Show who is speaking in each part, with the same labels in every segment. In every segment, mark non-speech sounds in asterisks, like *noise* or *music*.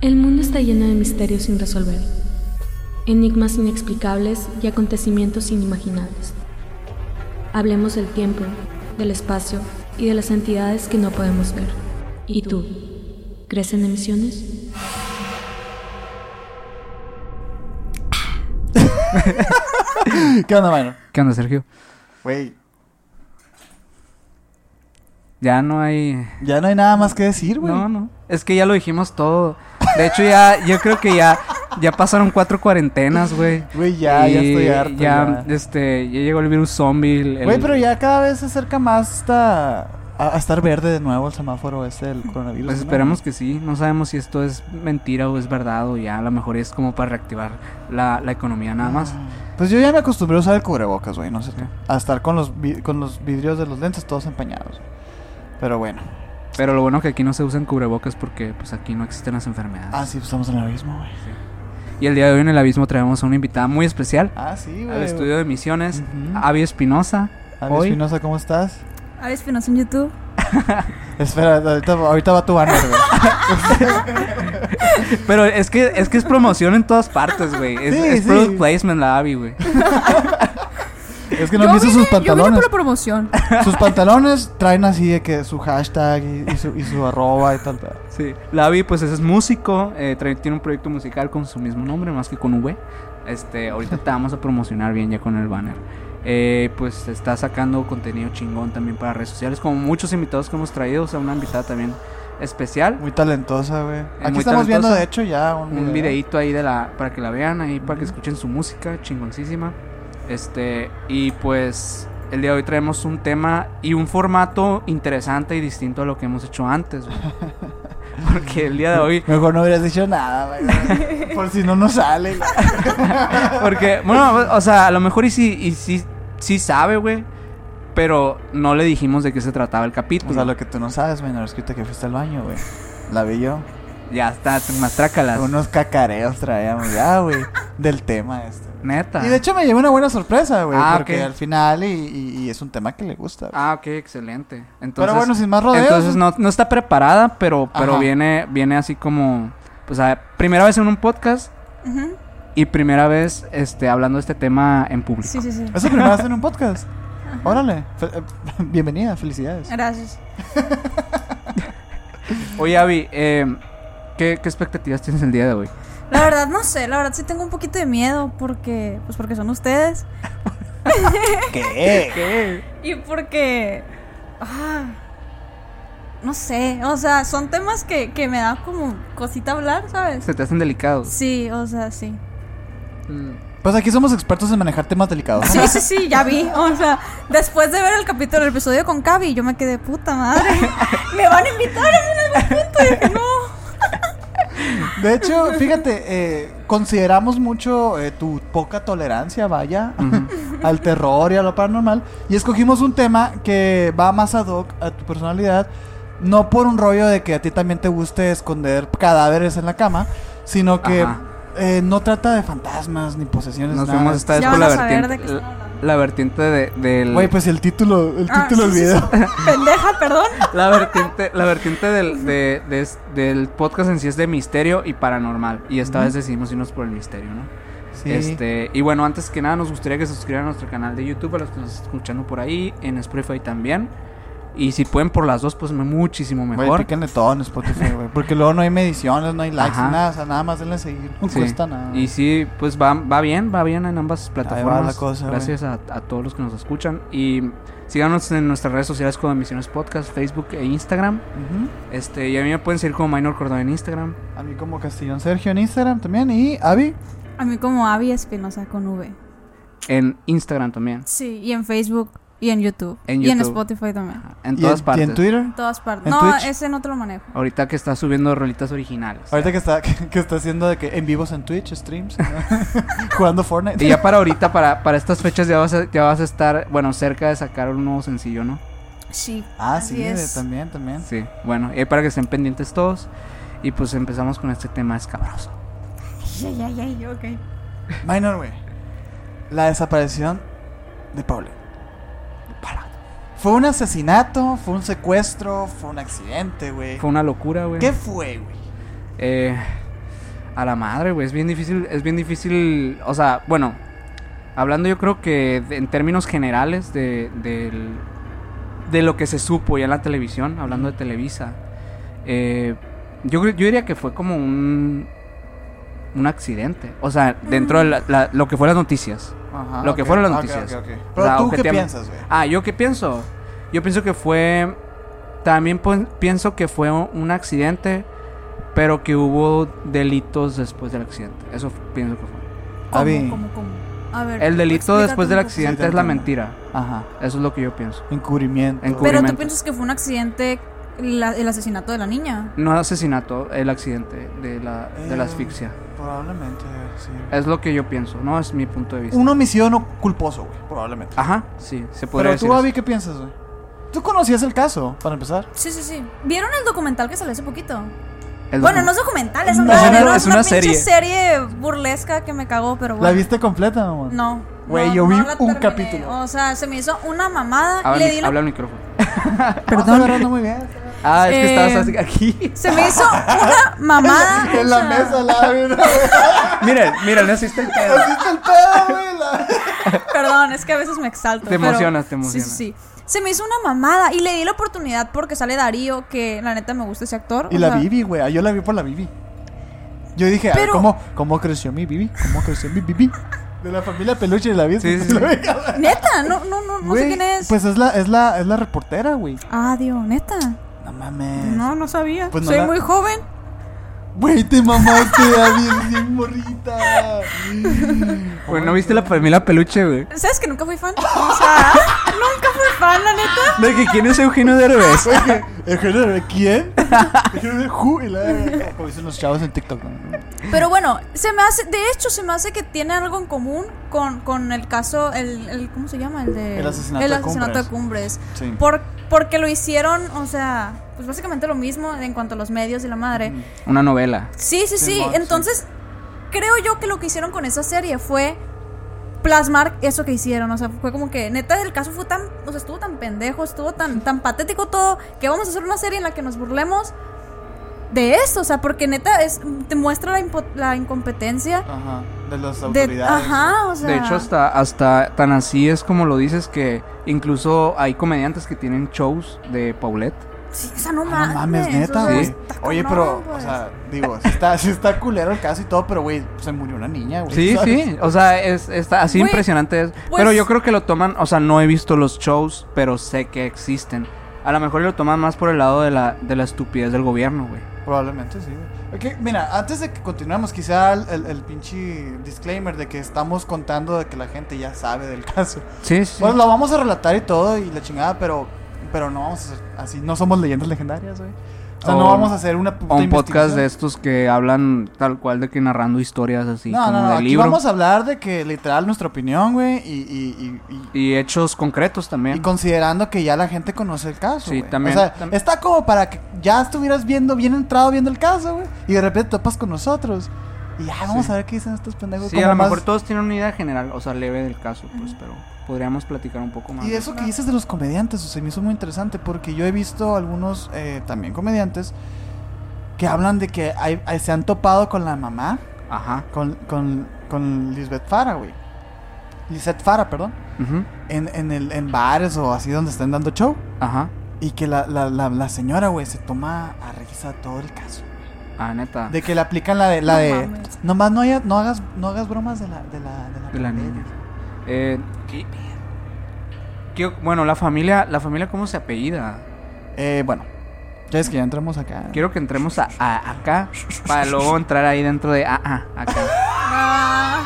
Speaker 1: El mundo está lleno de misterios sin resolver, enigmas inexplicables y acontecimientos inimaginables. Hablemos del tiempo, del espacio y de las entidades que no podemos ver. ¿Y tú? ¿Crees en emisiones?
Speaker 2: ¿Qué onda, mano?
Speaker 3: ¿Qué onda, Sergio?
Speaker 2: Güey,
Speaker 3: Ya no hay...
Speaker 2: ya no hay nada más que decir, güey.
Speaker 3: No, no. Es que ya lo dijimos todo. De hecho, ya... Yo creo que ya... Ya pasaron cuatro cuarentenas, güey.
Speaker 2: Güey, ya, ya estoy harto,
Speaker 3: Ya,
Speaker 2: ya.
Speaker 3: este... Ya llegó el virus zombie. el- el-
Speaker 2: Güey, pero ya cada vez se acerca más hasta a, a estar verde de nuevo el semáforo este del coronavirus.
Speaker 3: Pues
Speaker 2: ¿no?
Speaker 3: esperemos que sí. No sabemos si esto es mentira o es verdad o ya. A lo mejor es como para reactivar la, la economía nada más.
Speaker 2: Pues yo ya me acostumbré a usar el cubrebocas, güey, no sé qué. A estar con los, vi- con los vidrios de los lentes todos empañados. güey. Pero bueno.
Speaker 3: Pero lo bueno que aquí no se usan cubrebocas porque pues aquí no existen las enfermedades.
Speaker 2: Ah, sí, pues estamos en el abismo, güey.
Speaker 3: Y el día de hoy en el abismo traemos a una invitada muy especial
Speaker 2: Ah, sí, güey.
Speaker 3: al estudio de misiones,
Speaker 2: Ujú.
Speaker 3: Avi Espinosa.
Speaker 2: Alex
Speaker 3: Hoy-
Speaker 2: Espinosa, ¿cómo estás?
Speaker 4: A ver, Espinosa en YouTube.
Speaker 2: Espera, ahorita, ahorita va tu banner, güey.
Speaker 3: Pero es que es que es promoción en todas partes, güey. Es,
Speaker 2: Sí,
Speaker 3: es
Speaker 2: sí.
Speaker 3: product placement la Avi, güey.
Speaker 2: Es
Speaker 3: *laughs*
Speaker 2: que no
Speaker 4: yo
Speaker 2: han visto
Speaker 4: vine-
Speaker 2: sus
Speaker 4: Yo vine
Speaker 2: pantalones.
Speaker 4: por
Speaker 2: *laughs*
Speaker 4: la promoción.
Speaker 2: Sus pantalones traen así de que su hashtag y, y su, y su arroba y tal. tal.
Speaker 3: Sí. La Avi pues es músico, eh, trae- tiene un proyecto musical con su mismo nombre, más que con V. Este, ahorita te vamos a promocionar bien ya con el banner. Eh, pues está sacando contenido chingón también para redes sociales, como muchos invitados que hemos traído, o sea, una invitada también especial.
Speaker 2: Muy talentosa, güey. Aquí
Speaker 3: muy
Speaker 2: estamos viendo,
Speaker 3: talentosa.
Speaker 2: de hecho, ya un,
Speaker 3: un
Speaker 2: video.
Speaker 3: videíto ahí de la para que la vean ahí para que escuchen su música chingoncísima este y pues el día de hoy traemos un tema y un formato interesante y distinto a lo que hemos hecho antes
Speaker 2: *laughs*
Speaker 3: güey. porque el día de hoy
Speaker 2: Mejor no hubieras dicho nada, *laughs* güey. Por si no nos sale. güey.
Speaker 3: porque bueno o sea a lo mejor y sí y sí sí sabe güey pero no le dijimos de qué se trataba el capítulo
Speaker 2: O sea, Pues lo que tú no sabes, güey, no es que ahorita que fuiste al baño, güey. La vi yo.
Speaker 3: ya está más trácalas
Speaker 2: Unos cacareos traíamos ya, güey. Del tema este.
Speaker 3: neta
Speaker 2: Y de hecho me llevó una buena sorpresa, güey.
Speaker 3: Ah,
Speaker 2: porque
Speaker 3: ok.
Speaker 2: al final y, y- y es un tema que le gusta. güey.
Speaker 3: Ah, ok, excelente. Entonces,
Speaker 2: Pero bueno, sin más rodeos.
Speaker 3: Entonces no, no está preparada, pero, pero
Speaker 2: Ajá.
Speaker 3: viene, viene así como. Pues a ver, primera vez en un podcast
Speaker 4: Ujú.
Speaker 3: y primera vez este, hablando de este tema en público.
Speaker 4: Sí, sí, sí.
Speaker 2: Es su primera *laughs* vez en un podcast. Órale. Fe- eh, *laughs* bienvenida, felicidades.
Speaker 4: Gracias.
Speaker 3: Oye, Avi, eh, ¿qué, qué expectativas tienes el día de hoy?
Speaker 4: La verdad, no sé. La verdad, sí tengo un poquito de miedo porque, pues porque son ustedes.
Speaker 2: ¿Qué?
Speaker 4: Y porque. ah, no sé. O sea, son temas que, que me da como cosita hablar, ¿sabes?
Speaker 3: Se te hacen delicados.
Speaker 4: Sí, o sea, sí.
Speaker 2: Pues aquí somos expertos en manejar temas delicados.
Speaker 4: Sí, sí, sí, ya vi. O sea, después de ver el capítulo, el episodio con Cavi, yo me quedé puta madre. *laughs* Me van a invitar en algún punto. Y dije, no.
Speaker 2: De hecho, fíjate, eh, consideramos mucho eh, tu poca tolerancia, vaya, al terror y a lo paranormal. Y escogimos un tema que va más ad hoc a tu personalidad. No por un rollo de que a ti también te guste esconder cadáveres en la cama, sino que
Speaker 3: Ajá.
Speaker 2: eh, no trata de fantasmas ni posesiones.
Speaker 3: Nos
Speaker 2: pues nada
Speaker 3: fuimos
Speaker 2: de
Speaker 3: esta
Speaker 2: eso.
Speaker 3: vez
Speaker 4: Ya
Speaker 3: por la
Speaker 4: van a saber
Speaker 3: vertiente.
Speaker 4: de qué están
Speaker 3: la,
Speaker 4: hablando.
Speaker 3: la vertiente de- del.
Speaker 2: Güey, pues el título, el
Speaker 4: Ah,
Speaker 2: título del
Speaker 4: sí, sí,
Speaker 2: video.
Speaker 4: Pendeja, perdón.
Speaker 3: La vertiente, la vertiente del, de- de- del podcast en sí es de misterio y paranormal. Y esta vez decidimos irnos por el misterio, ¿no?
Speaker 2: Sí.
Speaker 3: Este, y bueno, antes que nada nos gustaría que se suscribieran a nuestro canal de YouTube, a los que nos están escuchando por ahí, en Spotify también. Y si pueden por las dos, pues me- muchísimo
Speaker 2: Güey,
Speaker 3: mejor.
Speaker 2: píquenle todo en Spotify, güey. Porque luego no hay mediciones, no hay likes,
Speaker 3: Ajá.
Speaker 2: nada. O sea, nada más denle seguir. No
Speaker 3: Sí.
Speaker 2: cuesta nada.
Speaker 3: Y sí, pues va, va bien, va bien en ambas
Speaker 2: la
Speaker 3: plataformas.
Speaker 2: cosa,
Speaker 3: Gracias a, a todos los que nos escuchan. Y síganos en nuestras redes sociales como Misiones Podcast, Facebook e Instagram.
Speaker 2: Ujú.
Speaker 3: Este, y a mí me pueden seguir como Minor Cordón en Instagram.
Speaker 2: A mí como Castellón Sergio en Instagram también. Y Avi.
Speaker 4: A mí como Avi Espinosa con V.
Speaker 3: En Instagram también.
Speaker 4: Sí, y en Facebook y en YouTube.
Speaker 3: En
Speaker 4: Y en
Speaker 3: YouTube.
Speaker 4: Spotify también.
Speaker 3: En
Speaker 2: y
Speaker 3: todas
Speaker 2: en-
Speaker 3: partes.
Speaker 2: Y en Twitter.
Speaker 4: En todas partes.
Speaker 2: ¿En
Speaker 4: no,
Speaker 2: Twitch?
Speaker 4: ese no te lo manejo.
Speaker 3: Ahorita que está subiendo rolitas originales.
Speaker 2: Ahorita que está, *laughs* que está haciendo de que en vivos en Twitch, streams, ¿no? *laughs* jugando Fortnite.
Speaker 3: Y ya para ahorita, para, para estas fechas, ya vas, a, ya vas a estar, bueno, cerca de sacar un nuevo sencillo, ¿no?
Speaker 4: Sí.
Speaker 2: Ah,
Speaker 4: así
Speaker 2: sí, de-
Speaker 4: es.
Speaker 2: también, también.
Speaker 3: Sí. Bueno, y ahí para que estén pendientes todos. Y pues empezamos con este tema escabroso.
Speaker 4: Ay, ay, ay, ok.
Speaker 2: Minor, güey. La desaparición de Paula. Fue un asesinato, fue un secuestro, fue un accidente, güey.
Speaker 3: Fue una locura, güey.
Speaker 2: ¿Qué fue, güey?
Speaker 3: Eh, A la madre, güey. Es bien difícil, es bien difícil. O sea, bueno, hablando yo creo que de- en términos generales de, del- de lo que se supo ya en la televisión, hablando de Televisa, eh, yo, cre- yo diría que fue como un, un accidente. O sea, dentro de la- la- lo que fue las noticias.
Speaker 2: Ajá,
Speaker 3: lo que
Speaker 2: ok,
Speaker 3: fueron las
Speaker 2: ok,
Speaker 3: noticias.
Speaker 2: ok, ok.
Speaker 3: O
Speaker 2: Pero
Speaker 3: sea,
Speaker 2: tú, ¿qué
Speaker 3: objetiva-
Speaker 2: piensas, güey?
Speaker 3: Ah, ¿yo qué pienso? Yo pienso que fue... También pon- pienso que fue un un accidente, pero que hubo delitos después del accidente. Eso f- pienso que fue.
Speaker 2: Abby.
Speaker 4: ¿Cómo, cómo, cómo? A ver.
Speaker 3: El delito
Speaker 4: explícate
Speaker 3: después del
Speaker 4: un poco.
Speaker 3: accidente
Speaker 2: Sí,
Speaker 3: es la
Speaker 2: entiendo.
Speaker 3: mentira.
Speaker 2: Ajá.
Speaker 3: Eso es lo que yo pienso.
Speaker 2: Encubrimiento.
Speaker 3: Encu-
Speaker 4: Pero tú
Speaker 3: cubrimiento.
Speaker 4: piensas que fue un accidente la- el asesinato de la niña.
Speaker 3: No asesinato, el accidente de la, de la
Speaker 2: Eh,
Speaker 3: asfixia.
Speaker 2: Probablemente, sí.
Speaker 3: Es lo que yo pienso, no es mi punto de vista.
Speaker 2: Un homicidio no culposo, güey. Probablemente.
Speaker 3: Ajá, sí, se puede
Speaker 2: Pero
Speaker 3: decir.
Speaker 2: tú,
Speaker 3: eso.
Speaker 2: Abby, ¿qué piensas, güey? ¿Tú conocías el caso, para empezar?
Speaker 4: Sí, sí, sí. ¿Vieron el documental que salió hace poquito?
Speaker 3: El
Speaker 4: bueno,
Speaker 3: docu-
Speaker 4: no es documental, es,
Speaker 2: No,
Speaker 4: una,
Speaker 2: es
Speaker 3: una-
Speaker 4: es una,
Speaker 3: es una serie.
Speaker 4: pinche serie burlesca que me cagó, pero bueno.
Speaker 2: ¿La viste completa, mamá?
Speaker 4: No.
Speaker 2: Güey,
Speaker 4: no,
Speaker 2: yo vi
Speaker 4: no la
Speaker 2: un
Speaker 4: terminé.
Speaker 2: capítulo. Ah,
Speaker 4: O sea, se me hizo una mamada.
Speaker 3: Habla,
Speaker 4: le
Speaker 3: al mi-
Speaker 4: di la-
Speaker 3: habla al micrófono.
Speaker 2: Perdón. agarrando muy
Speaker 4: *laughs*
Speaker 2: bien.
Speaker 3: Ah, es que
Speaker 4: Eh,
Speaker 3: estabas así- aquí.
Speaker 4: *laughs* Se me hizo
Speaker 2: *laughs*
Speaker 4: una mamada.
Speaker 2: En la
Speaker 4: o sea,
Speaker 2: mesa, la Abby, ¿no, *laughs* güey?
Speaker 3: miren, miren, asiste el pedo.
Speaker 2: Hiciste el pedo, güey. la-
Speaker 4: Perdón, es que a veces me exalto.
Speaker 3: Te
Speaker 4: pero-
Speaker 3: emocionas, te
Speaker 4: Sí,
Speaker 3: emocionas.
Speaker 4: sí, sí. Se me hizo una mamada y le di la oportunidad porque sale Darío, que la neta me gusta ese actor.
Speaker 2: Y
Speaker 4: o
Speaker 2: la
Speaker 4: sea,
Speaker 2: Bibi, güey. ah, Yo la vi por la Bibi. Yo dije, a ver,
Speaker 4: Pero-
Speaker 2: ¿cómo, ¿cómo creció mi Bibi? ¿Cómo creció mi Bibi? De la familia Peluche de *laughs* la vida.
Speaker 3: Sí, sí, sí.
Speaker 4: Neta, no, no, no, no sé quién es.
Speaker 2: Pues es la, es la, es la reportera, güey.
Speaker 4: Ah, Dios, neta.
Speaker 2: No mames.
Speaker 4: No, no sabía.
Speaker 2: Eh, Pues no
Speaker 4: Soy
Speaker 2: la-
Speaker 4: muy joven.
Speaker 2: Güey, te mamaste, David, bien morrita. *laughs*
Speaker 3: Bueno, ¿no viste la familia peluche, güey?
Speaker 4: ¿Sabes que nunca fui fan?
Speaker 2: *laughs*
Speaker 4: O sea, nunca fui fan, la neta.
Speaker 3: De que quién es Eugenio
Speaker 2: *laughs*
Speaker 3: Derbez.
Speaker 2: ¿El género de *laughs* quién? ¿El género de who? Y la- Como dicen los chavos en TikTok. ¿no?
Speaker 4: Pero bueno, se me hace, de hecho, se me hace que tiene algo en común con, con el caso, el, el- ¿cómo se llama? El de
Speaker 2: El asesinato
Speaker 4: el
Speaker 2: de
Speaker 4: asesinato de Cumbres.
Speaker 2: Sí.
Speaker 4: Por, porque lo hicieron, o sea, pues básicamente lo mismo en cuanto a los medios y la madre.
Speaker 3: Una novela.
Speaker 4: Sí, sí, sí.
Speaker 2: Simón, sí.
Speaker 4: Entonces, creo yo que lo que hicieron con esa serie fue plasmar eso que hicieron. O sea, fue como que, neta, el caso fue tan. O sea, estuvo tan pendejo, estuvo tan, tan patético todo, que vamos a hacer una serie en la que nos burlemos de esto. O sea, porque neta es, te muestra la, impo- la incompetencia.
Speaker 2: Ajá. De las
Speaker 4: De,
Speaker 2: autoridades.
Speaker 4: ajá, o sea.
Speaker 3: De hecho, hasta, hasta tan así es como lo dices que incluso hay comediantes que tienen shows de Paulette.
Speaker 4: Sí, o sea, no,
Speaker 2: Ah, no mames, neta,
Speaker 4: o sea,
Speaker 2: güey.
Speaker 4: está
Speaker 2: Oye, pero,
Speaker 4: cabrón,
Speaker 2: o
Speaker 4: pues.
Speaker 2: sea, digo, sí está, sí está culero el caso y todo, pero, güey, se murió una niña, güey.
Speaker 3: Sí,
Speaker 2: ¿sabes?
Speaker 3: sí, o sea, es, está así
Speaker 4: Güey,
Speaker 3: impresionante es.
Speaker 4: pues-
Speaker 3: pero yo creo que lo toman, o sea, no he visto los shows, pero sé que existen. A lo mejor lo toman más por el lado de la, de la estupidez del gobierno, güey.
Speaker 2: Probablemente sí. güey. Ok, mira, antes de que continuemos, quizá el, el- el pinche disclaimer de que estamos contando de que la gente ya sabe del caso.
Speaker 3: Sí, sí.
Speaker 2: Bueno, lo vamos a relatar y todo y la chingada, pero, pero no vamos a hacer así. No somos leyendas legendarias, güey. O sea, no
Speaker 3: O-
Speaker 2: vamos a hacer una
Speaker 3: O
Speaker 2: puta
Speaker 3: un podcast
Speaker 2: investigación.
Speaker 3: de estos que hablan tal cual de que narrando historias así
Speaker 2: No,
Speaker 3: como
Speaker 2: no, no.
Speaker 3: de
Speaker 2: Aquí
Speaker 3: libro.
Speaker 2: vamos a hablar de que literal nuestra opinión, güey, y, y, y- y-
Speaker 3: Y hechos concretos también.
Speaker 2: y considerando que ya la gente conoce el caso.
Speaker 3: Sí,
Speaker 2: güey.
Speaker 3: también-
Speaker 2: O sea,
Speaker 3: tam-
Speaker 2: está como para que ya estuvieras viendo, bien entrado viendo el caso, güey, y de repente topas con nosotros. Y ya vamos
Speaker 3: Sí.
Speaker 2: a ver qué dicen estos pendejos.
Speaker 3: sí,
Speaker 2: como
Speaker 3: a lo
Speaker 2: más-
Speaker 3: mejor todos tienen una idea general, o sea, leve del caso, pues, pero podríamos platicar un poco más.
Speaker 2: Y
Speaker 3: de
Speaker 2: eso que dices de los comediantes, o sea, me hizo muy interesante porque yo he visto algunos eh, también comediantes que hablan de que hay- hay- se han topado con la mamá,
Speaker 3: Ajá.
Speaker 2: con, con, con Lisbeth Fara, güey. Lisbeth Fara, perdón.
Speaker 3: ujú,
Speaker 2: En, en, el, en bares o así donde están dando show.
Speaker 3: Ajá.
Speaker 2: Y que la, la, la, la señora, güey, se toma a risa todo el caso.
Speaker 3: Ah, neta.
Speaker 2: De que le aplican la de... La
Speaker 4: No
Speaker 2: de
Speaker 4: mames.
Speaker 2: nomás no, haya- no, hagas, no hagas bromas de la... De la, de la,
Speaker 3: De la
Speaker 2: pandemia".
Speaker 3: niña. Eh, ¿qué- qué- bueno, la familia, la familia, ¿cómo se apellida?
Speaker 2: Eh, bueno. Ya es que ya entramos acá.
Speaker 3: Quiero que entremos a, a- acá para luego entrar ahí dentro de ah, ah, acá.
Speaker 4: Ah,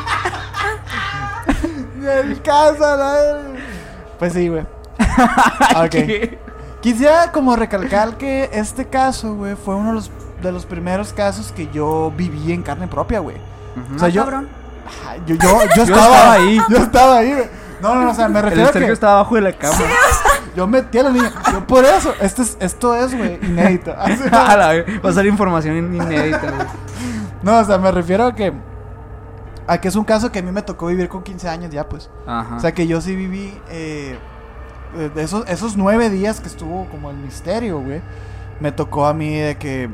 Speaker 2: El casa, la- Pues sí,
Speaker 3: *laughs*
Speaker 2: güey. *laughs* ok.
Speaker 3: ¿Qué?
Speaker 2: Quisiera como recalcar que este caso, güey, fue uno de los, de los primeros casos que yo viví en carne propia, güey.
Speaker 3: Ujú.
Speaker 2: O sea, yo,
Speaker 4: cabrón.
Speaker 2: Ajá, yo, yo, yo
Speaker 3: Ah, estaba
Speaker 2: estaba ahí.
Speaker 3: ahí.
Speaker 2: Yo estaba ahí, güey. No, no, no, o sea, me
Speaker 3: El
Speaker 2: refiero a
Speaker 3: Sergio
Speaker 2: que
Speaker 3: está abajo de la cama. *laughs*
Speaker 2: yo metí a la niña. Yo por eso, esto es, esto es, güey, inédito. Así,
Speaker 3: A la vez, va a salir información inédita. güey.
Speaker 2: No, o sea, me refiero a que a que es un caso que a mí me tocó vivir con 15 años ya, pues. *laughs*
Speaker 3: Ajá.
Speaker 2: O sea, que yo sí viví eh, eh, esos, esos nueve días que estuvo como el misterio, güey. Me tocó a mí de que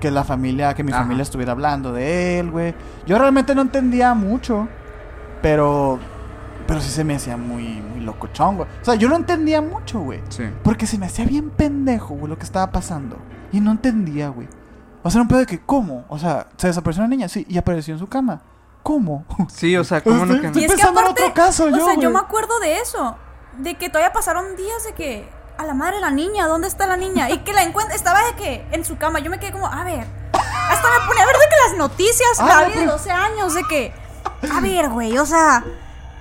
Speaker 2: que la familia, que mi
Speaker 3: Ajá.
Speaker 2: familia estuviera hablando de él, güey. Yo realmente no entendía mucho, pero pero sí se me hacía muy muy locochón, güey. O sea, yo no entendía mucho, güey.
Speaker 3: Sí.
Speaker 2: Porque se me hacía bien pendejo, güey, lo que estaba pasando. Y no entendía, güey. O sea, era un pedo de que, ¿cómo? O sea, se desapareció una niña, sí, y apareció en su cama. ¿Cómo? *laughs*
Speaker 3: Sí, o sea, ¿cómo no
Speaker 2: Estoy-
Speaker 3: que
Speaker 2: estoy
Speaker 4: Y es que
Speaker 2: pensando en
Speaker 4: aparte,
Speaker 2: otro caso,
Speaker 4: o
Speaker 2: yo,
Speaker 4: sea, yo
Speaker 2: güey.
Speaker 4: me acuerdo de eso, de que todavía pasaron días de que a la madre la niña, ¿dónde está la niña? Y que la encuentra, estaba de que en su cama, yo me quedé como, a ver, hasta me pone a ver de que las noticias,
Speaker 2: Ah,
Speaker 4: la
Speaker 2: no,
Speaker 4: vida de
Speaker 2: pero-
Speaker 4: 12 años, de que, a ver, güey, o sea,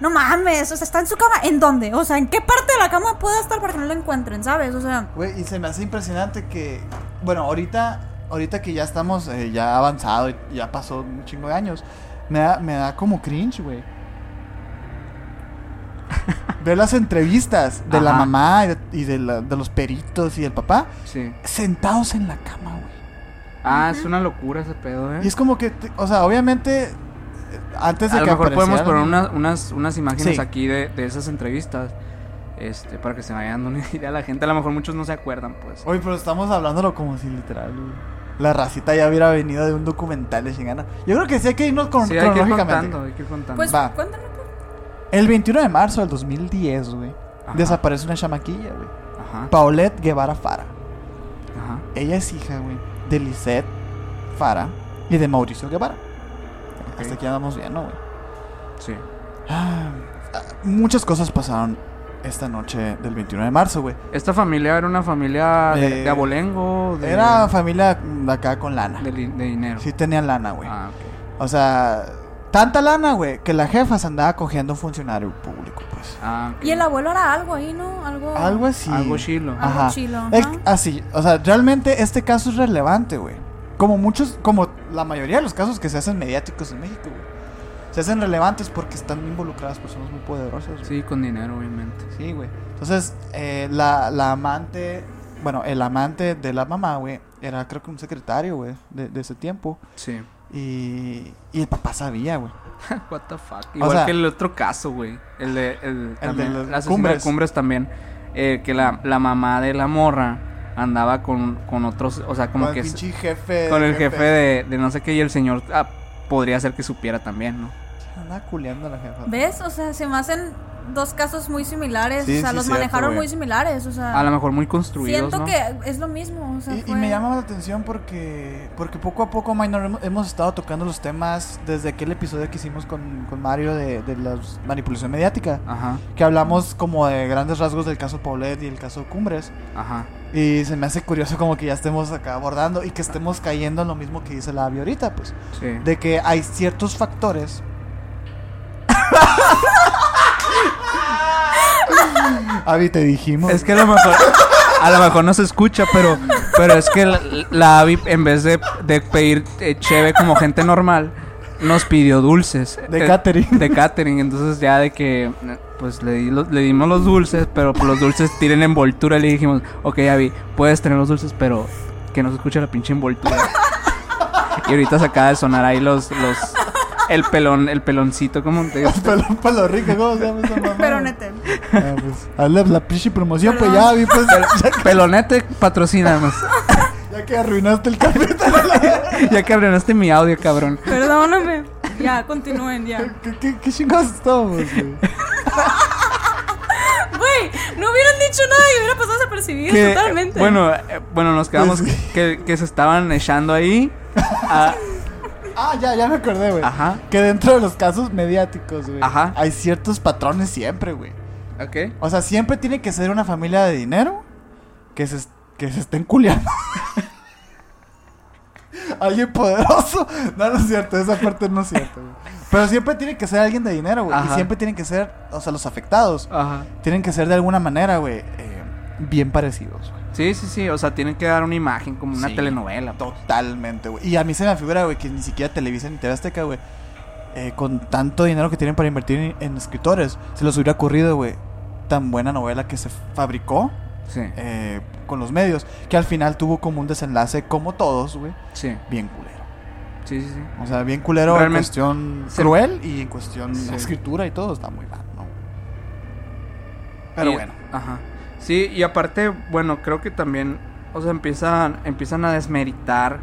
Speaker 4: no mames, o sea, está en su cama, ¿en dónde? O sea, ¿en qué parte de la cama puede estar para que no la encuentren, sabes? O sea,
Speaker 2: Güey, y se me hace impresionante que, bueno, ahorita, ahorita que ya estamos, eh, ya avanzado, y ya pasó un chingo de años, me da, me da como cringe, güey. *laughs* Ver las entrevistas de la
Speaker 3: Ajá.
Speaker 2: mamá y, de, y de la- de los peritos y del papá
Speaker 3: Sí.
Speaker 2: sentados en la cama, güey.
Speaker 3: Ah, es una locura ese pedo, eh.
Speaker 2: Y es como que, te- o sea, obviamente, eh, antes de
Speaker 3: a lo
Speaker 2: que
Speaker 3: mejor podemos
Speaker 2: aparecieran-
Speaker 3: poner unas, unas, unas imágenes
Speaker 2: Sí.
Speaker 3: aquí de, de esas entrevistas. Este, para que se vayan dando una *laughs* idea a la gente. A lo mejor muchos no se acuerdan, pues.
Speaker 2: Oye, pero estamos hablándolo como si literal güey, la racita ya hubiera venido de un documental de chingana. Yo creo que sí hay que irnos con,
Speaker 3: sí, hay que ir
Speaker 2: cronológicamente.
Speaker 3: contando, hay que ir contando.
Speaker 4: pues
Speaker 2: Va.
Speaker 4: cuéntame. pues.
Speaker 2: El 21 de marzo del 2010, güey,
Speaker 3: Ajá.
Speaker 2: desaparece una chamaquilla, güey.
Speaker 3: Ajá,
Speaker 2: Paulette Guevara Fara.
Speaker 3: ajá.
Speaker 2: Ella es hija, güey, de Lisette Fara y de Mauricio Guevara.
Speaker 3: Ok.
Speaker 2: Hasta aquí andamos bien, ¿no, güey?
Speaker 3: Sí.
Speaker 2: Ah, muchas cosas pasaron esta noche del 21 de marzo, güey.
Speaker 3: Esta familia era una familia de,
Speaker 2: Eh,
Speaker 3: de abolengo, de,
Speaker 2: Era familia de acá con lana.
Speaker 3: de, li- de dinero.
Speaker 2: Sí tenían lana, güey.
Speaker 3: Ah, ok.
Speaker 2: O sea, tanta lana, güey, que la jefa se andaba cogiendo un funcionario público, pues.
Speaker 3: Ah, ok.
Speaker 4: Y el abuelo era algo ahí, ¿no? Algo...
Speaker 2: Algo así.
Speaker 3: Algo chilo.
Speaker 4: Ah.
Speaker 2: Ajá.
Speaker 4: chilo,
Speaker 2: Es-
Speaker 4: ajá.
Speaker 2: así, o sea, realmente este caso es relevante, güey. Como muchos, como la mayoría de los casos que se hacen mediáticos en México, güey. Se hacen relevantes porque están involucradas personas muy poderosas, güey.
Speaker 3: Sí, con dinero, obviamente.
Speaker 2: Sí, güey. Entonces, eh, la, la amante, bueno, el amante de la mamá, güey, era creo que un secretario, güey, de, de ese tiempo.
Speaker 3: Sí.
Speaker 2: Y, y el papá sabía, güey.
Speaker 3: What the fuck. Igual
Speaker 2: sea-
Speaker 3: que el otro caso, güey. El de, el, también,
Speaker 2: las
Speaker 3: el asesino de
Speaker 2: cumbres.
Speaker 3: cumbres también. eh, que la, la mamá de la morra andaba con, con otros, o sea, como
Speaker 2: con
Speaker 3: que
Speaker 2: el
Speaker 3: s-
Speaker 2: pinche jefe.
Speaker 3: con el jefe de, de no sé qué y el señor ah, podría ser que supiera también, ¿no?
Speaker 2: Andaba culeando a la jefa.
Speaker 4: ¿Ves? O sea, se me hacen dos casos muy similares.
Speaker 2: Sí,
Speaker 4: o sea,
Speaker 2: sí,
Speaker 4: los
Speaker 2: cierto,
Speaker 4: manejaron
Speaker 2: güey.
Speaker 4: muy similares. O sea,
Speaker 3: A lo mejor muy construidos,
Speaker 4: siento
Speaker 3: ¿no?
Speaker 4: que es lo mismo. O sea,
Speaker 2: Y, y
Speaker 4: fue-
Speaker 2: me llama la atención porque porque poco a poco, Minor, hemos, hemos estado tocando los temas desde aquel episodio que hicimos con, con Mario de, de la manipulación mediática,
Speaker 3: Ajá,
Speaker 2: que hablamos como de grandes rasgos del caso Paulette y el caso Cumbres.
Speaker 3: ajá.
Speaker 2: Y se me hace curioso como que ya estemos acá abordando y que estemos cayendo en lo mismo que dice la Abby ahorita, pues.
Speaker 3: Sí.
Speaker 2: De que hay ciertos factores... *laughs* Abby, Ah, te dijimos.
Speaker 3: Es que a lo mejor, a lo mejor no se escucha, pero, pero es que la, la Abby, en vez de, de pedir eh, cheve como gente normal, nos pidió dulces.
Speaker 2: De
Speaker 3: Eh,
Speaker 2: catering. *laughs*
Speaker 3: De catering. Entonces ya de que, pues le, di los- le dimos los dulces, pero pues, los dulces tienen envoltura. y Le dijimos, ok Abby, puedes tener los dulces, pero que no se escuche la pinche envoltura. y ahorita se acaba de sonar ahí los, los, el pelón, el peloncito, como te digo?
Speaker 2: Pelón palo rico, ¿cómo se llama esa mamá?
Speaker 4: *laughs* Pero neta.
Speaker 2: Ah, pues, hazle la pinche promoción, pues
Speaker 4: Perdón.
Speaker 2: ya, vi, pues, ya,
Speaker 3: Pelonete, patrocínanos.
Speaker 2: ya que arruinaste el carpeta.
Speaker 3: ya que arruinaste mi audio, cabrón.
Speaker 4: Perdóname. Ya, continúen, ya.
Speaker 2: ¿Qué, qué, qué chingados estamos, güey?
Speaker 4: Güey, no hubieran dicho nada y hubiera pasado desapercibido
Speaker 3: que,
Speaker 4: totalmente.
Speaker 3: Bueno, eh, bueno, nos quedamos
Speaker 2: Pues-
Speaker 3: que, que se estaban echando ahí. Ah,
Speaker 2: Ah, ya, ya me acordé, güey.
Speaker 3: Ajá.
Speaker 2: Que dentro de los casos mediáticos, güey,
Speaker 3: Ajá.
Speaker 2: hay ciertos patrones siempre, güey.
Speaker 3: ok.
Speaker 2: O sea, siempre tiene que ser una familia de dinero que se, est- que se estén culiando. *laughs* alguien poderoso. No, no es cierto, esa parte no es cierto, güey. Pero siempre tiene que ser alguien de dinero, güey. Y
Speaker 3: Ajá.
Speaker 2: siempre tienen que ser, o sea, los afectados.
Speaker 3: Ajá.
Speaker 2: tienen que ser de alguna manera, güey, eh, bien parecidos, güey.
Speaker 3: Sí, sí, sí. O sea, tienen que dar una imagen como una
Speaker 2: Sí.
Speaker 3: telenovela. pues.
Speaker 2: Totalmente, güey. Y a mí se me figura, güey, que ni siquiera Televisa ni TV Azteca, güey, eh, con tanto dinero que tienen para invertir en, en escritores, se les hubiera ocurrido, güey, tan buena novela que se fabricó
Speaker 3: Sí,
Speaker 2: eh, con los medios, que al final tuvo como un desenlace, como todos, güey,
Speaker 3: sí,
Speaker 2: bien culero.
Speaker 3: sí, sí. sí.
Speaker 2: O sea, bien culero en
Speaker 3: Realmente-
Speaker 2: cuestión
Speaker 3: se-
Speaker 2: cruel y en cuestión
Speaker 3: Sí.
Speaker 2: escritura y todo, está muy mal, ¿no? Pero
Speaker 3: Y-
Speaker 2: bueno.
Speaker 3: Ajá. Sí, y aparte, bueno, creo que también, o sea, empiezan, empiezan a desmeritar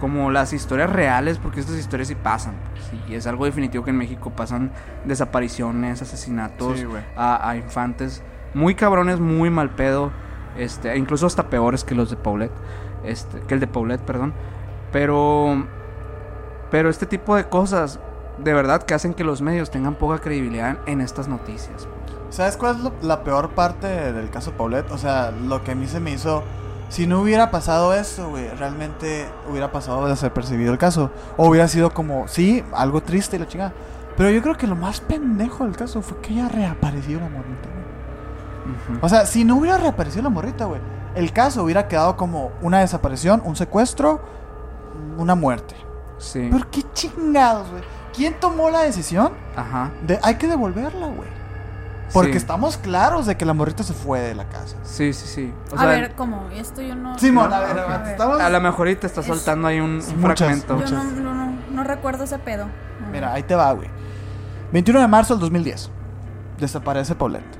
Speaker 3: como las historias reales, porque estas historias sí pasan. pues, y es algo definitivo que en México pasan desapariciones, asesinatos
Speaker 2: Sí, güey.
Speaker 3: a, a infantes muy cabrones, muy mal pedo, este, incluso hasta peores que los de Paulette, este, que el de Paulette, perdón. Pero pero este tipo de cosas de verdad que hacen que los medios tengan poca credibilidad en estas noticias.
Speaker 2: ¿Sabes cuál es lo- la peor parte del caso Paulette? O sea, lo que a mí se me hizo. Si no hubiera pasado eso, güey, realmente hubiera pasado de ser percibido el caso. O hubiera sido como, sí, algo triste y la chingada. Pero yo creo que lo más pendejo del caso fue que ella reapareció la morrita, güey. O sea, si no hubiera reaparecido la morrita, güey, el caso hubiera quedado como una desaparición, un secuestro, una muerte.
Speaker 3: Sí.
Speaker 2: Pero qué chingados, güey. ¿Quién tomó la decisión
Speaker 3: Ajá.
Speaker 2: de hay que devolverla, güey? Porque
Speaker 3: Sí.
Speaker 2: estamos claros de que la morrita se fue de la casa.
Speaker 3: Sí, sí, sí. O
Speaker 4: a
Speaker 3: sea,
Speaker 4: ver, como esto yo no.
Speaker 2: Simón,
Speaker 4: no,
Speaker 2: a ver,
Speaker 4: no,
Speaker 2: a
Speaker 4: no,
Speaker 2: ver, estamos.
Speaker 3: a lo mejor y te está
Speaker 4: Es-
Speaker 3: soltando ahí un, un
Speaker 2: Muchas,
Speaker 3: fragmento.
Speaker 4: Yo no,
Speaker 2: muchas.
Speaker 4: no, no, no recuerdo ese pedo. No.
Speaker 2: Mira, ahí te va, güey. 21 de marzo del 2010. Desaparece Paulette.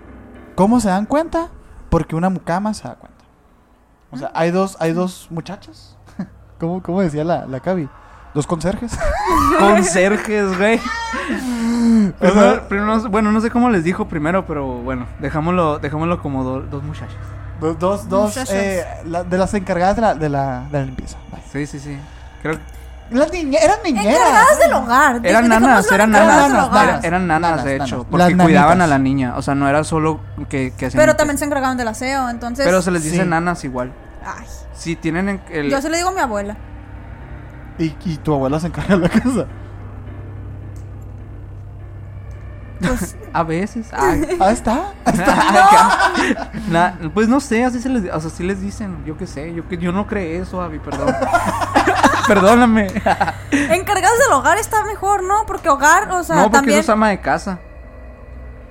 Speaker 2: ¿Cómo se dan cuenta? Porque una mucama se da cuenta. O sea, hay dos, hay dos muchachas. *laughs* ¿Cómo, cómo decía la, la Cabi? Dos conserjes. *laughs*
Speaker 3: *laughs* Conserjes, güey.
Speaker 2: O sea,
Speaker 3: Primero, primero no- bueno, no sé cómo les dijo primero, pero bueno, dejámoslo, dejámoslo como do- dos muchachos.
Speaker 2: dos, dos, dos,
Speaker 4: Muchachas.
Speaker 2: eh, la- de las encargadas de la, de la, de la limpieza. Vaya.
Speaker 3: Sí, sí, sí. Creo que
Speaker 2: Las niñe- eran niñeras.
Speaker 4: Encargadas del hogar. dije,
Speaker 3: eran
Speaker 4: dejémoslo
Speaker 3: nanas,
Speaker 4: en
Speaker 3: eran
Speaker 4: encargadas
Speaker 3: nanas,
Speaker 4: del
Speaker 2: nanas,
Speaker 4: hogar.
Speaker 3: era- eran nanas,
Speaker 2: nanas,
Speaker 3: de
Speaker 2: nanas.
Speaker 3: hecho, porque
Speaker 2: Las
Speaker 3: cuidaban
Speaker 2: nanitas.
Speaker 3: a la niña, o sea, no era solo que, que hacían
Speaker 4: Pero
Speaker 3: limpieza.
Speaker 4: también se encargaban del aseo, entonces.
Speaker 3: pero se les dice
Speaker 2: Sí.
Speaker 3: nanas igual.
Speaker 4: Ay,
Speaker 3: Si tienen en- el
Speaker 4: yo se le digo a mi abuela.
Speaker 2: Y, y tu abuela se encarga de la casa.
Speaker 4: Pues,
Speaker 3: a veces,
Speaker 4: *laughs*
Speaker 3: ay,
Speaker 2: Ahí está.
Speaker 3: *laughs* Na- pues no sé, así se les, o sea, así les dicen, yo qué sé, yo que yo no creé eso, Abby,
Speaker 4: *laughs*
Speaker 3: perdón. Perdóname.
Speaker 4: encargadas del hogar está mejor, ¿no? Porque hogar, o sea,
Speaker 3: no, porque
Speaker 4: también.
Speaker 3: eso es ama de casa.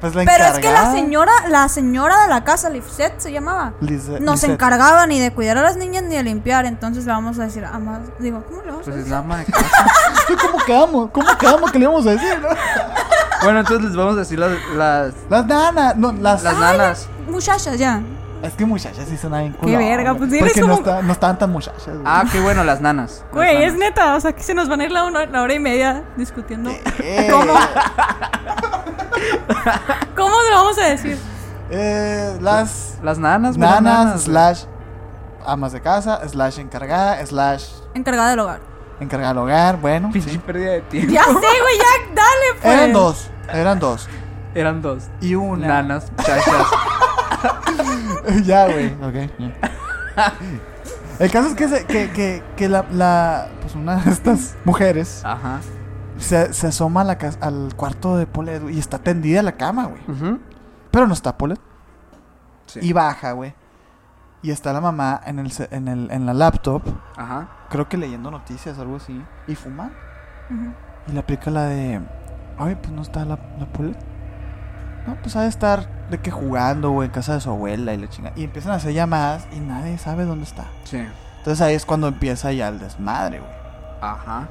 Speaker 2: Pues la
Speaker 4: Pero es que la
Speaker 2: encargada,
Speaker 4: señora, la señora de la casa, Lifset se llamaba.
Speaker 2: Lize-
Speaker 4: No se
Speaker 2: Lizeth.
Speaker 4: encargaba ni de cuidar a las niñas ni de limpiar, entonces le vamos a decir, ama, digo, ¿cómo le vamos a
Speaker 3: Pues
Speaker 4: decir?
Speaker 3: es la ama de casa.
Speaker 2: ¿Cómo quedamos? ¿Cómo quedamos que le íbamos a decir? no?
Speaker 3: Bueno, entonces les vamos a decir las las,
Speaker 2: Las nanas, no, las...
Speaker 3: las nanas.
Speaker 4: Muchachas, ya.
Speaker 2: Es que muchachas sí son bien culonas,
Speaker 4: verga,
Speaker 2: güey.
Speaker 4: pues diles
Speaker 2: Porque no,
Speaker 4: como-
Speaker 2: está- no estaban tan muchachas. güey.
Speaker 3: Ah, qué bueno, las nanas. Las
Speaker 4: Güey, es
Speaker 3: nanas.
Speaker 4: neta, o sea, que se nos van a ir la, una- la hora y media discutiendo
Speaker 2: Eh,
Speaker 4: *laughs* cómo le vamos a decir.
Speaker 2: eh, las
Speaker 3: las nanas, güey, las
Speaker 2: nanas,
Speaker 3: nanas, güey.
Speaker 2: slash amas de casa, slash encargada, slash
Speaker 4: Encargada
Speaker 2: *laughs*
Speaker 4: del hogar.
Speaker 2: encargada del hogar, bueno.
Speaker 3: Pinche
Speaker 2: sí.
Speaker 3: pérdida de tiempo.
Speaker 4: Ya sé, güey, ya, dale, *laughs* pues.
Speaker 2: Eran dos, eran dos.
Speaker 3: Eran dos.
Speaker 2: Y una.
Speaker 3: Nanas, muchachas.
Speaker 2: *laughs*
Speaker 4: *laughs*
Speaker 2: ya, güey. Ok.
Speaker 3: *laughs*
Speaker 2: ya. El caso es que, se- que, que, que la, la- Pues una de estas mujeres
Speaker 3: Ajá.
Speaker 2: se, se asoma a la cas- al cuarto de Polet güey, y está tendida en la cama, güey.
Speaker 3: Ujú.
Speaker 2: Pero no está Polet.
Speaker 3: Sí.
Speaker 2: Y baja, güey. Y está la mamá en, el, ce- en, el, en la laptop,
Speaker 3: Ajá.
Speaker 2: creo que leyendo noticias, algo así. Y fumando.
Speaker 4: Ujú.
Speaker 2: Y le aplica la de. Ay, pues no está la, la Paulette". No, pues ha de estar de que jugando o en casa de su abuela y la chinga. Y empiezan a hacer llamadas y nadie sabe dónde está.
Speaker 3: Sí.
Speaker 2: Entonces ahí es cuando empieza ya el desmadre, güey.
Speaker 3: Ajá.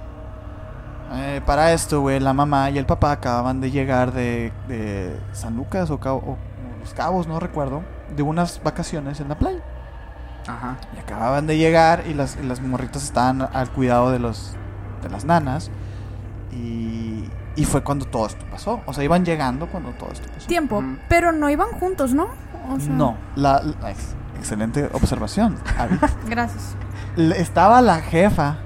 Speaker 2: Eh, para esto, güey, la mamá y el papá acababan de llegar de, de San Lucas o, Cabo- o Los Cabos, no recuerdo, de unas vacaciones en la playa.
Speaker 3: Ajá.
Speaker 2: Y acababan de llegar y las, y las morritas estaban al cuidado de, los, de las nanas. Y, y fue cuando todo esto pasó. O sea, iban llegando cuando todo esto pasó.
Speaker 4: Tiempo,
Speaker 3: Ujú.
Speaker 4: pero no iban juntos, ¿no? O sea,
Speaker 2: No, la, la- ex- excelente observación. Abby.
Speaker 4: Gracias.
Speaker 2: Le- Estaba la jefa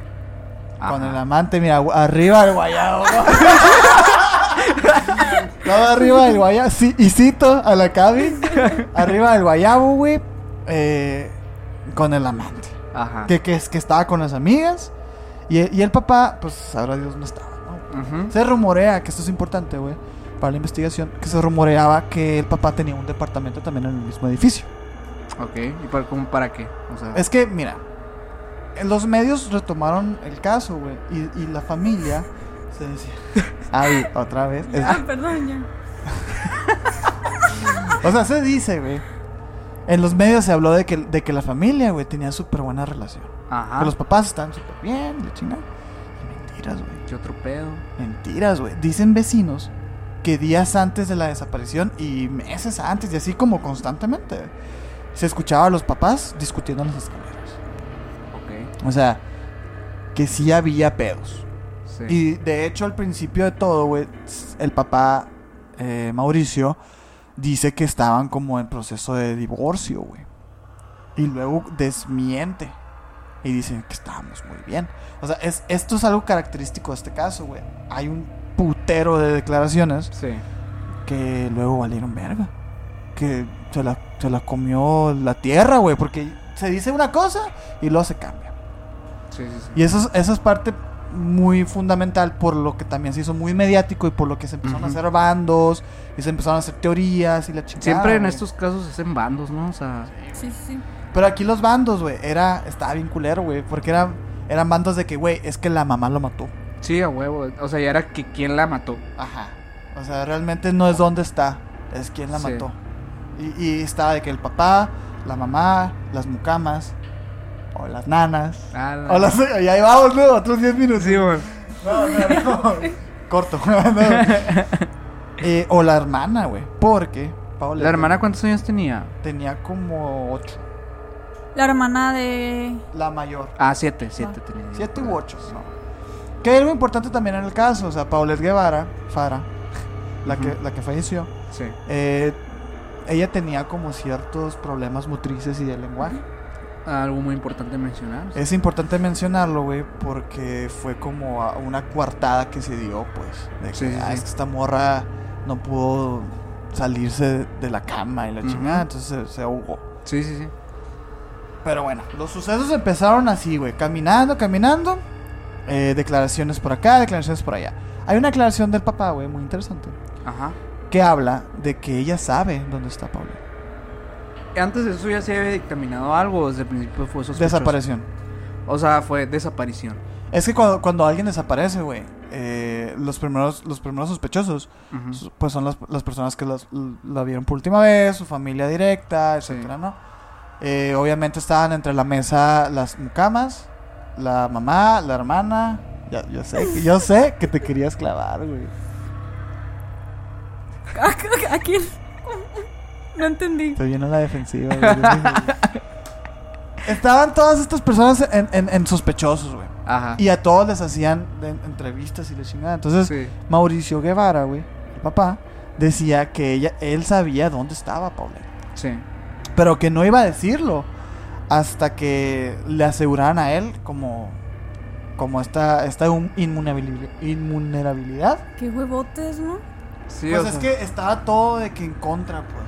Speaker 3: Ajá.
Speaker 2: con el amante, mira, gu- arriba el guayabo. *laughs* Estaba arriba del guayabo, sí, y cito a la Cabi, arriba del guayabo, güey, eh, con el amante.
Speaker 3: Ajá.
Speaker 2: que, que, es- que estaba con las amigas. Y, y el papá, pues sabrá Dios no estaba, ¿no?
Speaker 3: Ujú.
Speaker 2: Se rumorea, que esto es importante, güey, para la investigación, que se rumoreaba que el papá tenía un departamento también en el mismo edificio.
Speaker 3: Ok. ¿Y para, cómo, para qué? O sea,
Speaker 2: Es que, mira, en los medios retomaron el caso, güey, y, y la familia se decía. *laughs* Ay, otra vez. Es-
Speaker 4: Ah, perdón, ya.
Speaker 2: o sea, se dice, güey. En los medios se habló de que, de que la familia, güey, tenía súper buena relación.
Speaker 3: ajá.
Speaker 2: Que los papás estaban súper bien, y la chingada. Y mentiras, güey.
Speaker 3: ¿Qué otro pedo?
Speaker 2: Mentiras, güey. Dicen vecinos que días antes de la desaparición y meses antes, y así como constantemente, se escuchaba a los papás discutiendo en las escaleras.
Speaker 3: Ok.
Speaker 2: O sea, que sí había pedos.
Speaker 3: Sí.
Speaker 2: Y de hecho, al principio de todo, güey, s- el papá eh, Mauricio dice que estaban como en proceso de divorcio, güey. Y luego desmiente. Y dicen que estábamos muy bien. O sea, es, esto es algo característico de este caso, güey. Hay un putero de declaraciones
Speaker 3: Sí.
Speaker 2: que luego valieron verga. Que se la, se la comió la tierra, güey. Porque se dice una cosa y luego se cambia.
Speaker 3: Sí, sí, sí.
Speaker 2: Y eso es, eso es parte muy fundamental por lo que también se hizo muy mediático y por lo que se empezaron a
Speaker 3: Ujú.
Speaker 2: hacer bandos y se empezaron a hacer teorías y la chingada.
Speaker 3: Siempre en
Speaker 2: güey.
Speaker 3: estos casos hacen bandos, ¿no? O sea,
Speaker 4: Sí, sí, sí.
Speaker 2: Pero aquí los bandos, güey, era... Estaba bien culero, güey, porque eran, eran bandos de que, güey, es que la mamá lo mató.
Speaker 3: sí, a huevo. O sea, ya era que quién la mató.
Speaker 2: Ajá. O sea, realmente no es dónde está, es quién la
Speaker 3: Sí.
Speaker 2: mató. Y, y estaba de que el papá, la mamá, las mucamas o las nanas.
Speaker 3: Ah, la-
Speaker 2: O las... Y ahí vamos, ¿no? Otros 10 minutos.
Speaker 3: Sí, güey.
Speaker 2: No, no, no. *laughs* Corto. No. Eh, o la hermana, güey. Porque Paola
Speaker 3: ¿La hermana cuántos años tenía?
Speaker 2: tenía como 8.
Speaker 4: La hermana de. *laughs*
Speaker 2: La mayor.
Speaker 3: Ah, siete, siete tenía.
Speaker 2: 7 u 8, ¿no? Que hay algo importante también en el caso. O sea, Paulette Guevara, Fara, la, que,
Speaker 3: Ujú.
Speaker 2: la que falleció,
Speaker 3: Sí.
Speaker 2: eh, ella tenía como ciertos problemas motrices y de lenguaje.
Speaker 3: Algo muy importante mencionar.
Speaker 2: Es importante mencionarlo, güey, porque fue como a- una coartada que se dio, pues. De que,
Speaker 3: Sí, sí,
Speaker 2: "Ah,
Speaker 3: sí.
Speaker 2: es que esta morra no pudo salirse de- de la cama y la
Speaker 3: Ujú.
Speaker 2: chingada, entonces se, se ahogó.
Speaker 3: Sí, sí, sí.
Speaker 2: Pero bueno, los sucesos empezaron así, güey. Caminando, caminando. eh, declaraciones por acá, declaraciones por allá. Hay una declaración del papá, güey, muy interesante.
Speaker 3: Ajá.
Speaker 2: Que habla de que ella sabe dónde está Paula.
Speaker 3: Antes de eso ya se había dictaminado algo, o desde el principio fue sospechoso.
Speaker 2: Desaparición.
Speaker 3: O sea, fue desaparición.
Speaker 2: Es que cuando, cuando alguien desaparece, güey, eh, los, primeros, los primeros sospechosos
Speaker 3: Ujú.
Speaker 2: s- pues son las, las personas que las- la vieron por última vez, su familia directa,
Speaker 3: Sí.
Speaker 2: etcétera, ¿no? Eh, obviamente estaban entre la mesa las mucamas, la mamá, la hermana. Ya, yo
Speaker 3: *laughs*
Speaker 2: sé, yo sé que te querías clavar, güey.
Speaker 4: ¿A quién? No entendí.
Speaker 2: Te viene la defensiva, güey. Estaban todas estas personas en, en- en sospechosos, güey.
Speaker 3: Ajá.
Speaker 2: Y a todos les hacían de- entrevistas y la chingada. Entonces,
Speaker 3: Sí.
Speaker 2: Mauricio Guevara, güey, el papá, decía que ella, él sabía dónde estaba Paulette.
Speaker 3: Sí.
Speaker 2: pero que no iba a decirlo hasta que le aseguraran a él como como esta esta un- inmunabili- inmunabilidad.
Speaker 4: Qué huevotes, ¿no?
Speaker 3: Sí,
Speaker 2: pues
Speaker 3: o
Speaker 2: es
Speaker 3: sea,
Speaker 2: que estaba todo de que en contra, pues.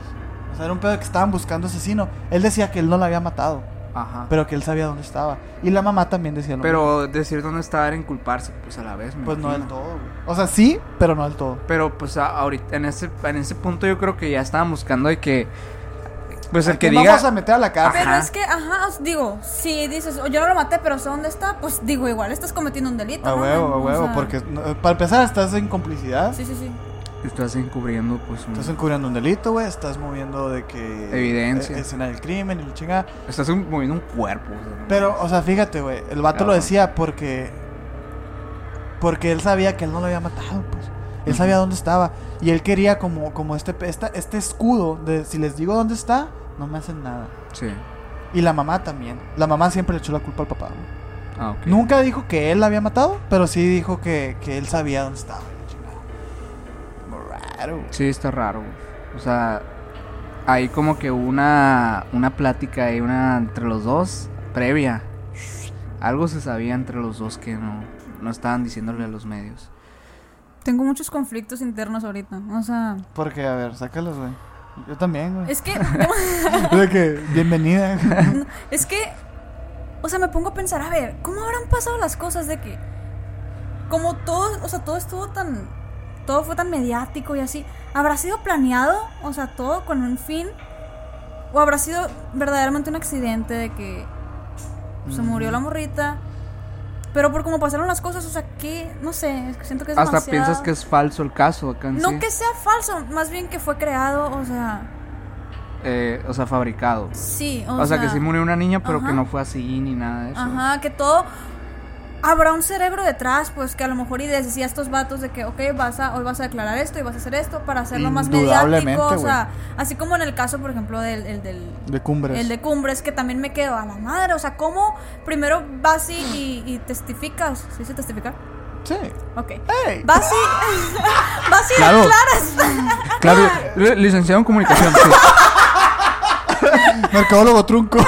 Speaker 2: O sea, era un pedo de que estaban buscando asesino. Él decía que él no la había matado,
Speaker 3: Ajá. Pero,
Speaker 2: pero que él sabía dónde estaba. Y la mamá también decía lo mismo.
Speaker 3: decir dónde estaba era inculparse, pues a la vez. me
Speaker 2: pues no del
Speaker 3: imagino.
Speaker 2: todo, güey. O sea, sí, pero no del todo.
Speaker 3: Pero pues a- ahorita, en ese, en ese punto yo creo que ya estaban buscando de que. Pues el
Speaker 2: ¿A
Speaker 3: que
Speaker 2: quién
Speaker 3: diga.
Speaker 2: Vamos a meter a la cárcel.
Speaker 4: Pero
Speaker 3: Ajá.
Speaker 4: es que, ajá, os digo, si dices, "Oh, yo no lo maté, pero sé dónde está, pues digo, igual estás cometiendo un delito.
Speaker 2: A
Speaker 4: ¿no?
Speaker 2: huevo, a
Speaker 4: O
Speaker 2: huevo,
Speaker 4: sea,
Speaker 2: porque no- para empezar estás en complicidad.
Speaker 4: Sí, sí, sí.
Speaker 3: Estás encubriendo, pues. un-
Speaker 2: Estás encubriendo un delito, güey. Estás moviendo de que.
Speaker 3: Evidencia.
Speaker 2: eh, Escena del crimen y la chingada.
Speaker 3: Estás un- moviendo un cuerpo. o sea, no
Speaker 2: Pero,
Speaker 3: mames.
Speaker 2: o sea, fíjate, güey. El vato
Speaker 3: Claro.
Speaker 2: lo decía porque. Porque él sabía que él no lo había matado, pues. Él
Speaker 3: Ujú.
Speaker 2: sabía dónde estaba. Y él quería, como, como este, esta- este escudo de si les digo dónde está, no me hacen nada.
Speaker 3: Sí.
Speaker 2: Y la mamá también. La mamá siempre le echó la culpa al papá. güey.
Speaker 3: Ah, ok.
Speaker 2: Nunca dijo que él la había matado, pero sí dijo que, que él sabía dónde estaba. y la chingada. Como Raro, güey.
Speaker 3: Sí, está raro. güey. O sea, hay como que una, una plática y una entre los dos previa. Algo se sabía entre los dos que no, no estaban diciéndole a los medios.
Speaker 4: Tengo muchos conflictos internos ahorita. O sea,
Speaker 2: Porque, a ver, sácalos, güey. Yo también, güey.
Speaker 4: es que, *laughs*
Speaker 2: *laughs* De que, bienvenida.
Speaker 4: es que, o sea, me pongo a pensar, a ver, ¿cómo habrán pasado las cosas de que, como todo, o sea, todo estuvo tan, todo fue tan mediático y así, ¿habrá sido planeado? O sea, todo con un fin. ¿O habrá sido verdaderamente un accidente de que se murió la morrita? Pero por cómo pasaron las cosas, o sea, que, no sé, es que siento que es
Speaker 3: Hasta
Speaker 4: demasiado-
Speaker 3: piensas que es falso el caso acá en
Speaker 4: No
Speaker 3: sí.
Speaker 4: que sea falso, más bien que fue creado, o sea,
Speaker 3: Eh, o sea, fabricado.
Speaker 4: sí, o,
Speaker 3: O, sea, que sí murió una niña, pero
Speaker 4: ajá.
Speaker 3: que no fue así ni nada de eso.
Speaker 4: Ajá, que todo habrá un cerebro detrás, pues que a lo mejor y les decía a estos vatos de que, ok, vas a, hoy vas a declarar esto y vas a hacer esto para hacerlo más
Speaker 2: Indudablemente,
Speaker 4: mediático. O sea, así como en el caso, por ejemplo, del, el del,
Speaker 2: De cumbres.
Speaker 4: el de Cumbres, que también me quedo a la madre. O sea, ¿cómo primero vas y, y- y testificas? ¿Se dice testificar?
Speaker 2: Sí.
Speaker 4: Ok.
Speaker 2: ¡Ey!
Speaker 4: Vas y, *laughs* vas y
Speaker 3: Claro.
Speaker 4: declaras. *laughs*
Speaker 3: Claro,
Speaker 4: Ah,
Speaker 3: li- licenciado en comunicación. sí.
Speaker 2: Mercadólogo
Speaker 4: *laughs*
Speaker 2: trunco.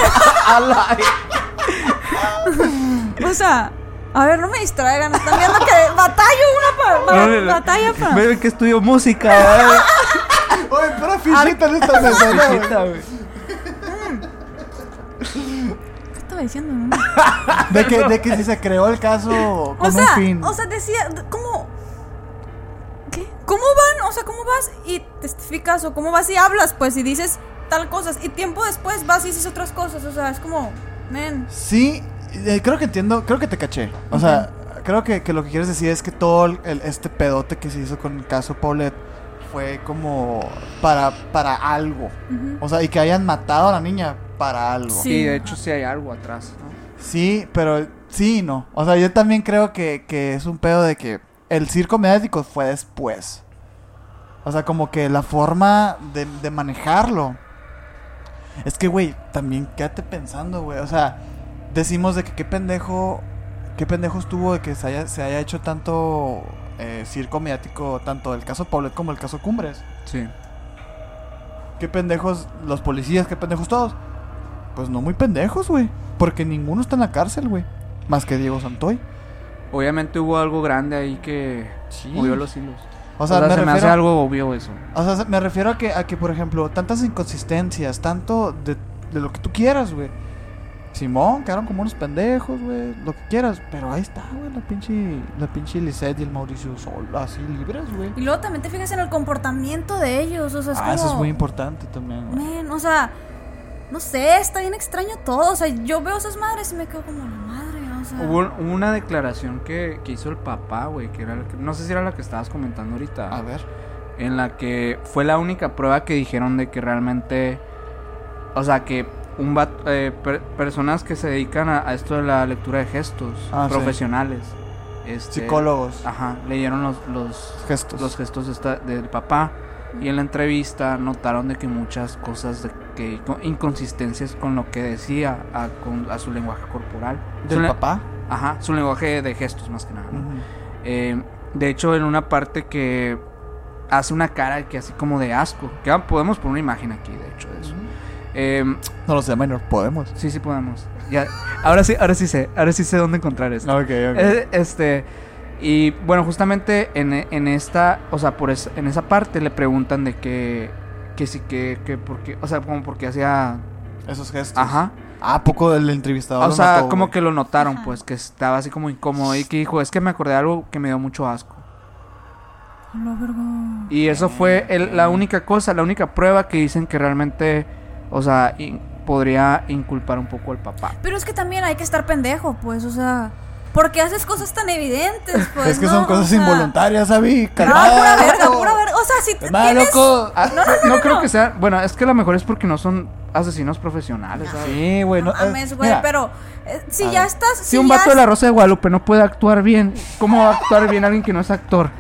Speaker 4: O sea, a ver, no me distraigan. Están viendo que batallo una pa- pa-
Speaker 3: No, le-
Speaker 4: batalla para.
Speaker 3: Ve que estudio música.
Speaker 4: *laughs*
Speaker 3: ¿verdad?
Speaker 2: Oye, pura fichita en esta mesona, güey.
Speaker 3: Fichita, güey.
Speaker 4: ¿Qué estaba diciendo? no?
Speaker 2: De que, de que si se creó el caso con
Speaker 4: O sea,
Speaker 2: un fin.
Speaker 4: o sea, decía, ¿cómo? ¿Qué? ¿Cómo van? O sea, ¿cómo vas y testificas o cómo vas y hablas, pues, y dices tal cosas y tiempo después vas y dices otras cosas? O sea, es como, men.
Speaker 2: Sí, eh, creo que entiendo, creo que te caché. O sea, creo que, que lo que quieres decir es que todo el- el- este pedote que se hizo con el caso Paulette fue como para, para algo. O sea, y que hayan matado a la niña para algo.
Speaker 4: Sí.
Speaker 3: Sí, de hecho sí hay algo atrás. ¿no?
Speaker 2: Sí, pero sí y no. O sea, yo también creo que, que es un pedo de que el circo mediático fue después. O sea, como que la forma de, de manejarlo. Es que, güey, también quédate pensando, güey. O sea, decimos de que qué pendejo, qué pendejo estuvo de que se haya, se haya hecho tanto eh, circo mediático, tanto el caso Paulet como el caso Cumbres.
Speaker 3: Sí.
Speaker 2: Qué pendejos los policías, qué pendejos todos. Pues no muy pendejos, güey. Porque ninguno está en la cárcel, güey. Más que Diego Santoy.
Speaker 3: Obviamente hubo algo grande ahí que
Speaker 2: Sí.
Speaker 3: movió los hilos.
Speaker 2: O sea, me
Speaker 3: se me hace
Speaker 2: refiero,
Speaker 3: algo obvio eso.
Speaker 2: o sea, se- me refiero a que, a que, por ejemplo, tantas inconsistencias, tanto de, de lo que tú quieras, güey. Simón, quedaron como unos pendejos, güey. Lo que quieras. Pero ahí está, güey, la pinche, la pinche Lisette y el Mauricio Sol, así libres, güey.
Speaker 4: Y luego también te fijas en el comportamiento de ellos, o sea, es
Speaker 2: ah,
Speaker 4: como.
Speaker 2: eso es muy importante también, güey.
Speaker 4: Men, o sea, no sé, está bien extraño todo. O sea, yo veo esas madres y me quedo como la madre, o sea.
Speaker 3: Hubo un- una declaración que, que hizo el papá, güey, que era la que- no sé si era la que estabas comentando ahorita,
Speaker 2: A ver.
Speaker 3: en la que fue la única prueba que dijeron de que realmente, o sea, que un vato- eh, per- personas que se dedican a, a esto de la lectura de gestos,
Speaker 2: Ah, sí.
Speaker 3: profesionales, este,
Speaker 2: Psicólogos.
Speaker 3: ajá, leyeron los, los
Speaker 2: gestos.
Speaker 3: los gestos de esta- del papá y en la entrevista notaron de que muchas cosas de que co- inconsistencias con lo que decía a, con- a su lenguaje corporal Su
Speaker 2: del
Speaker 3: le-
Speaker 2: papá.
Speaker 3: ajá su lenguaje de gestos más que nada ¿no?
Speaker 2: Ujú.
Speaker 3: Eh, de hecho en una parte que hace una cara que así como de asco que ah, podemos poner una imagen aquí de hecho de eso Eh,
Speaker 2: No lo sé, menor, podemos.
Speaker 3: sí sí podemos ya ahora sí ahora sí sé ahora sí sé dónde encontrar esto
Speaker 2: Ok, ok.
Speaker 3: eh, Este. Y bueno, justamente en, e- en esta. O sea, por es- en esa parte le preguntan de que. Que sí, que, que por qué. O sea, como porque hacía.
Speaker 2: Esos gestos. Ah,
Speaker 3: Ajá.
Speaker 2: ¿A poco el entrevistador?
Speaker 3: O
Speaker 2: lo
Speaker 3: sea,
Speaker 2: notó,
Speaker 3: como
Speaker 2: güey?
Speaker 3: que lo notaron,
Speaker 4: Ajá.
Speaker 3: pues, que estaba así como incómodo. Y que dijo, es que me acordé de algo que me dio mucho asco.
Speaker 4: Hola, verga.
Speaker 3: Y eso fue el- la única cosa, la única prueba que dicen que realmente. O sea, in- podría inculpar un poco al papá.
Speaker 4: Pero es que también hay que estar pendejo, pues, o sea, porque haces cosas
Speaker 2: *laughs*
Speaker 4: tan evidentes, pues.
Speaker 2: es que
Speaker 4: ¿no?
Speaker 2: son
Speaker 4: O
Speaker 2: cosas
Speaker 4: sea,
Speaker 2: involuntarias, Abby.
Speaker 4: No,
Speaker 2: Calmada,
Speaker 4: pura verga,
Speaker 2: loco.
Speaker 4: pura verga. O sea, si te
Speaker 2: Calmada,
Speaker 4: tienes.
Speaker 2: loco.
Speaker 3: Ah, no, creo que sea. Bueno, es que a lo mejor es porque no son asesinos profesionales. ¿sabes?
Speaker 2: Sí, güey.
Speaker 4: No
Speaker 2: No, eh,
Speaker 4: mames, güey,
Speaker 2: mira,
Speaker 4: pero eh, si
Speaker 2: A
Speaker 4: ya
Speaker 2: ver.
Speaker 4: estás.
Speaker 3: Si un vato de la Rosa de Guadalupe no puede actuar bien, ¿cómo va a actuar bien alguien que no es actor?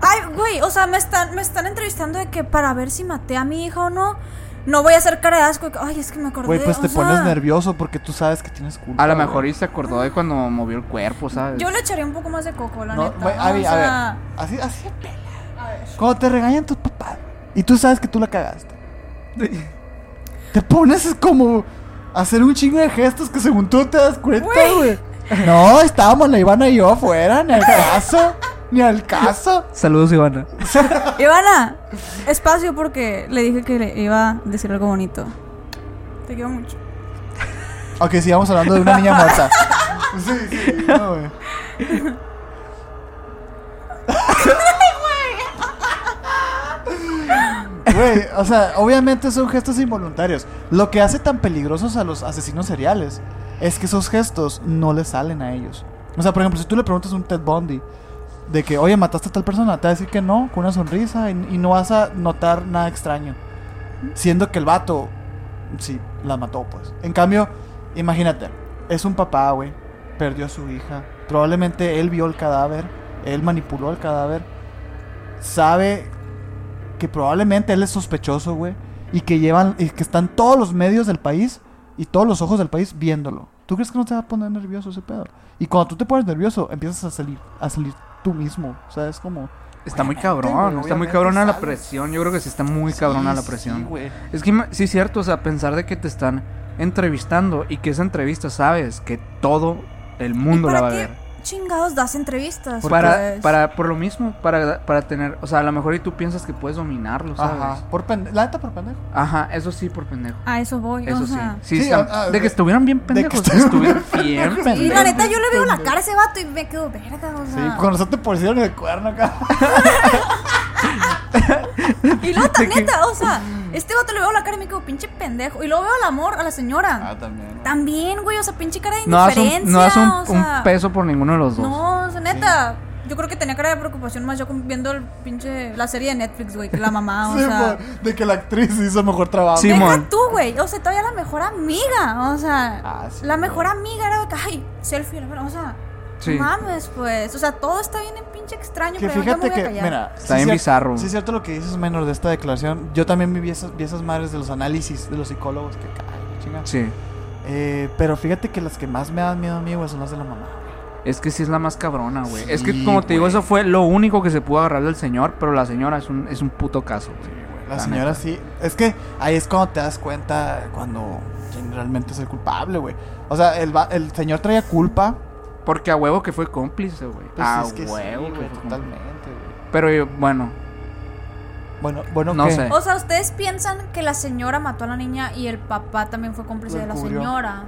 Speaker 4: Ay, güey, o sea, me están, me están entrevistando de que para ver si maté a mi hija o no. No voy a hacer cara de asco. y que, Ay, es que me acordé.
Speaker 2: Güey, pues
Speaker 4: o
Speaker 2: te
Speaker 4: sea,
Speaker 2: pones nervioso porque tú sabes que tienes culpa.
Speaker 3: A lo
Speaker 2: güey.
Speaker 3: mejor y se acordó de cuando movió el cuerpo, ¿sabes?
Speaker 4: Yo le echaría un poco más de coco, la
Speaker 2: No,
Speaker 4: neta.
Speaker 2: güey,
Speaker 4: o
Speaker 2: Abby, a
Speaker 4: sea,
Speaker 2: ver. Así, así de pela. Cuando te regañan tus papás y tú sabes que tú la cagaste. Te pones es como a hacer un chingo de gestos que según tú te das cuenta, güey. No, estábamos la Ivana y yo afuera, ni al caso, ni al caso.
Speaker 3: Saludos, Ivana.
Speaker 4: Ivana, espacio porque le dije que le iba a decir algo bonito. Te quiero mucho.
Speaker 2: Ok, sigamos hablando de una niña muerta. *laughs* Sí, sí, no, *laughs* güey. Güey, o sea, obviamente son gestos involuntarios. Lo que hace tan peligrosos a los asesinos seriales es que esos gestos no les salen a ellos. O sea, por ejemplo, si tú le preguntas a un Ted Bundy de que, oye, mataste a tal persona, te va a decir que no, con una sonrisa y, y no vas a notar nada extraño. Siendo que el vato, sí, la mató, pues. En cambio, imagínate, es un papá, güey, perdió a su hija, Probablemente él vio el cadáver, él manipuló el cadáver, sabe que probablemente él es sospechoso, güey, y que llevan, y que están todos los medios del país y todos los ojos del país viéndolo. ¿Tú crees que no te va a poner nervioso ese pedo? Y cuando tú te pones nervioso, empiezas a salir, a salir tú mismo. O sea, es como.
Speaker 3: Está muy
Speaker 2: Obviamente,
Speaker 3: cabrón,
Speaker 2: güey,
Speaker 3: está muy
Speaker 2: obviamente
Speaker 3: cabrona la
Speaker 2: sales.
Speaker 3: presión. Yo creo que sí está muy cabrona la
Speaker 2: Sí,
Speaker 3: presión.
Speaker 2: güey.
Speaker 3: Es que ima- sí es cierto, o sea, pensar de que te están entrevistando y que esa entrevista sabes que todo el mundo la va
Speaker 4: ¿Para
Speaker 3: a
Speaker 4: qué
Speaker 3: ver.
Speaker 4: chingados das entrevistas?
Speaker 3: Para,
Speaker 4: Pues,
Speaker 3: para, por lo mismo, para, para tener, o sea, a lo mejor y tú piensas que puedes dominarlo, ¿sabes?
Speaker 2: Ajá.
Speaker 3: Ajá,
Speaker 2: Por pende- la neta por pendejo.
Speaker 3: eso sí, por pendejo.
Speaker 4: A eso voy.
Speaker 3: Eso
Speaker 4: o
Speaker 3: sí.
Speaker 4: sea.
Speaker 3: sí,
Speaker 2: Sí,
Speaker 3: están-
Speaker 2: ah, ah,
Speaker 3: de que
Speaker 2: de-
Speaker 3: estuvieran bien
Speaker 2: de que
Speaker 3: pendejos. de que
Speaker 2: *laughs*
Speaker 3: estuvieran bien
Speaker 4: Y
Speaker 3: pendejos.
Speaker 4: la neta, yo le veo la cara a ese vato y me quedo verga, o
Speaker 2: Sí,
Speaker 4: sea.
Speaker 2: con nosotros te pusieron el cuerno acá.
Speaker 4: Y
Speaker 3: *laughs*
Speaker 4: luego, tan neta, o sea, este vato le veo la cara y me quedo pinche pendejo. Y luego veo al amor, a la señora.
Speaker 2: Ah, también.
Speaker 4: También, güey, o sea, pinche cara de
Speaker 3: Ah. No das,
Speaker 4: indiferencia.
Speaker 3: un, no das un,
Speaker 4: o
Speaker 3: un
Speaker 4: sea,
Speaker 3: peso por ninguno de los dos.
Speaker 4: No, o sea, neta. Yo creo que tenía cara de preocupación más yo con- viendo el pinche, la serie de Netflix, güey, que la mamá, o sea.
Speaker 2: pues, de que la actriz hizo mejor trabajo.
Speaker 3: Ah, Sí.
Speaker 4: Deja
Speaker 3: Simón.
Speaker 4: tú, güey. O sea, todavía la mejor amiga. O sea,
Speaker 2: Ah, sí,
Speaker 4: la
Speaker 2: güey.
Speaker 4: mejor amiga era de que, ay, selfie, la verdad, o sea,
Speaker 3: Sí.
Speaker 4: mames, pues. O sea, todo está bien en pinche extraño,
Speaker 2: Que
Speaker 4: pero yo me
Speaker 2: fíjate
Speaker 4: voy a
Speaker 2: que,
Speaker 4: callar.
Speaker 2: mira,
Speaker 3: Está bien
Speaker 2: cier-
Speaker 3: bizarro.
Speaker 2: Sí, es cierto lo que dices, menor, de esta declaración. Yo también vi esas, vi esas madres de los análisis de los psicólogos. Que caray, chinga.
Speaker 3: Sí.
Speaker 2: Eh, pero fíjate que las que más me dan miedo a mí, güey, son las de la mamá.
Speaker 3: Es que sí es la más cabrona, güey. es que
Speaker 2: Sí,
Speaker 3: como te digo,
Speaker 2: güey.
Speaker 3: eso fue lo único que se pudo agarrar del señor, pero la señora es un, es un puto caso, güey.
Speaker 2: La,
Speaker 3: La
Speaker 2: señora
Speaker 3: neta.
Speaker 2: sí. Es que ahí es cuando te das cuenta cuando quién realmente es el culpable, güey. O sea, el, va- el señor traía culpa.
Speaker 3: Porque a huevo que fue cómplice, güey.
Speaker 2: Pues
Speaker 3: a
Speaker 2: es que sí,
Speaker 3: Ah, huevo que
Speaker 2: güey,
Speaker 3: fue cómplice.
Speaker 2: totalmente, güey.
Speaker 3: Pero yo- bueno,
Speaker 2: Bueno, bueno,
Speaker 3: No
Speaker 2: ¿qué?
Speaker 3: sé.
Speaker 4: O sea, ¿ustedes piensan que la señora mató a la niña y el papá también fue cómplice
Speaker 2: Lo
Speaker 4: de la
Speaker 2: encubrió.
Speaker 4: señora?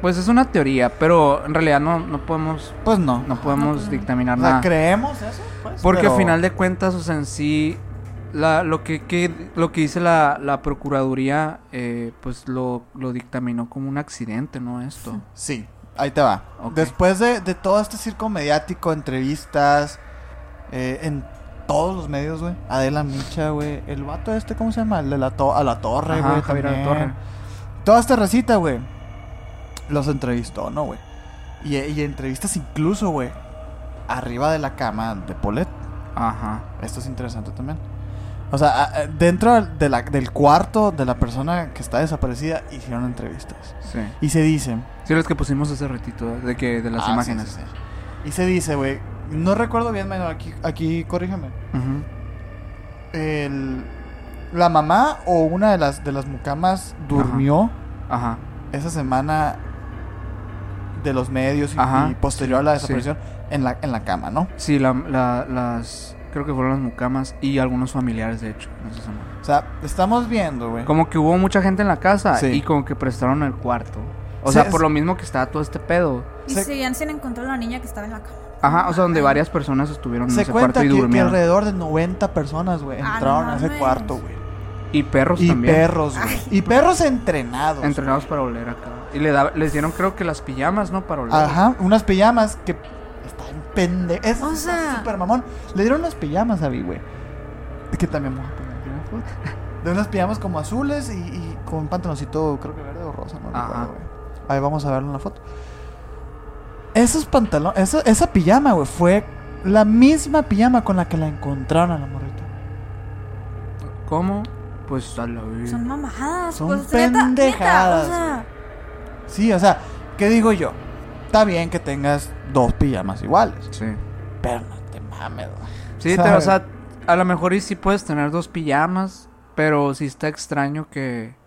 Speaker 3: pues es una teoría, pero en realidad no, no podemos,
Speaker 2: Pues no.
Speaker 3: no podemos dictaminar
Speaker 2: O sea,
Speaker 3: nada.
Speaker 2: creemos eso, pues,
Speaker 3: Porque
Speaker 2: pero-
Speaker 3: al final de cuentas, o sea, en sí, la, lo, que, que- lo que dice la, la Procuraduría, eh, pues lo, lo dictaminó como un accidente, ¿no? Esto.
Speaker 2: Sí, ahí te va.
Speaker 3: Ok.
Speaker 2: Después de, de todo este circo mediático, entrevistas, eh, en todos los medios, güey. Adela Micha, güey. El vato este, ¿cómo se llama? El de la to- a la torre,
Speaker 3: Ajá,
Speaker 2: güey.
Speaker 3: Javier a la
Speaker 2: también.
Speaker 3: Torre.
Speaker 2: Toda esta recita, güey. Los entrevistó, ¿no, güey? Y, y entrevistas incluso, güey. Arriba de la cama de Polet.
Speaker 3: Ajá.
Speaker 2: Esto es interesante también. O sea, a- a- dentro de la- del cuarto de la persona que está desaparecida, hicieron entrevistas.
Speaker 3: Sí.
Speaker 2: Y se dicen
Speaker 3: Sí, los que pusimos hace ratito, eh, de que de las
Speaker 2: Ah, sí,
Speaker 3: imágenes.
Speaker 2: sí, sí. Y se dice, güey, no recuerdo bien, menor, aquí, aquí corrígeme.
Speaker 3: Ujú.
Speaker 2: El- la mamá o una de las, de las mucamas durmió
Speaker 3: Ajá.
Speaker 2: esa semana de los medios y,
Speaker 3: Ajá.
Speaker 2: y posterior a la
Speaker 3: Sí.
Speaker 2: desaparición en, la, en la cama, ¿no?
Speaker 3: Sí, la, la- las. Creo que fueron las mucamas y algunos familiares, de hecho. en esa semana.
Speaker 2: O sea, estamos viendo, güey.
Speaker 3: Como que hubo mucha gente en la casa
Speaker 2: Sí.
Speaker 3: y como que prestaron el cuarto. O
Speaker 2: Sí,
Speaker 3: sea,
Speaker 2: es-
Speaker 3: por lo mismo que estaba todo este pedo.
Speaker 4: Y
Speaker 2: Se-
Speaker 4: seguían sin encontrar a la niña que estaba en la cama.
Speaker 3: Ajá, o sea, donde varias personas estuvieron en
Speaker 2: Se
Speaker 3: ese
Speaker 2: cuenta
Speaker 3: cuarto y
Speaker 2: que, que
Speaker 3: durmieron.
Speaker 2: alrededor de 90 personas, güey,
Speaker 4: Ah,
Speaker 2: entraron
Speaker 4: no
Speaker 2: a ese
Speaker 4: mames.
Speaker 2: cuarto, güey.
Speaker 3: y perros
Speaker 2: Y
Speaker 3: también.
Speaker 2: perros, güey. Y perros entrenados.
Speaker 3: Entrenados para oler acá. Y le da- les dieron, creo que las pijamas, ¿no? Para oler.
Speaker 2: Ajá, unas pijamas que están pende... Es
Speaker 4: O sea-
Speaker 2: super mamón. Le dieron unas pijamas a Vi, güey. Que también vamos a poner aquí una foto. De unas pijamas como azules y, y con un pantaloncito, creo que verde o rosa, no
Speaker 3: Ajá.
Speaker 2: recuerdo, güey. Ahí vamos a verlo en la foto. Esos pantalones, esa, esa pijama, güey, fue la misma pijama con la que la encontraron a la morrita.
Speaker 3: ¿Cómo? Pues a la vez.
Speaker 4: Son mamadas.
Speaker 2: Son
Speaker 4: pues, neta, neta,
Speaker 2: pendejadas,
Speaker 4: o sea,
Speaker 2: Sí, o sea, ¿qué digo yo? Está bien que tengas dos pijamas iguales,
Speaker 3: Sí.
Speaker 2: pero no te mames, güey.
Speaker 3: Sí, te-
Speaker 2: ¿Sabe?
Speaker 3: o sea, a lo mejor y sí puedes tener dos pijamas, pero sí está extraño que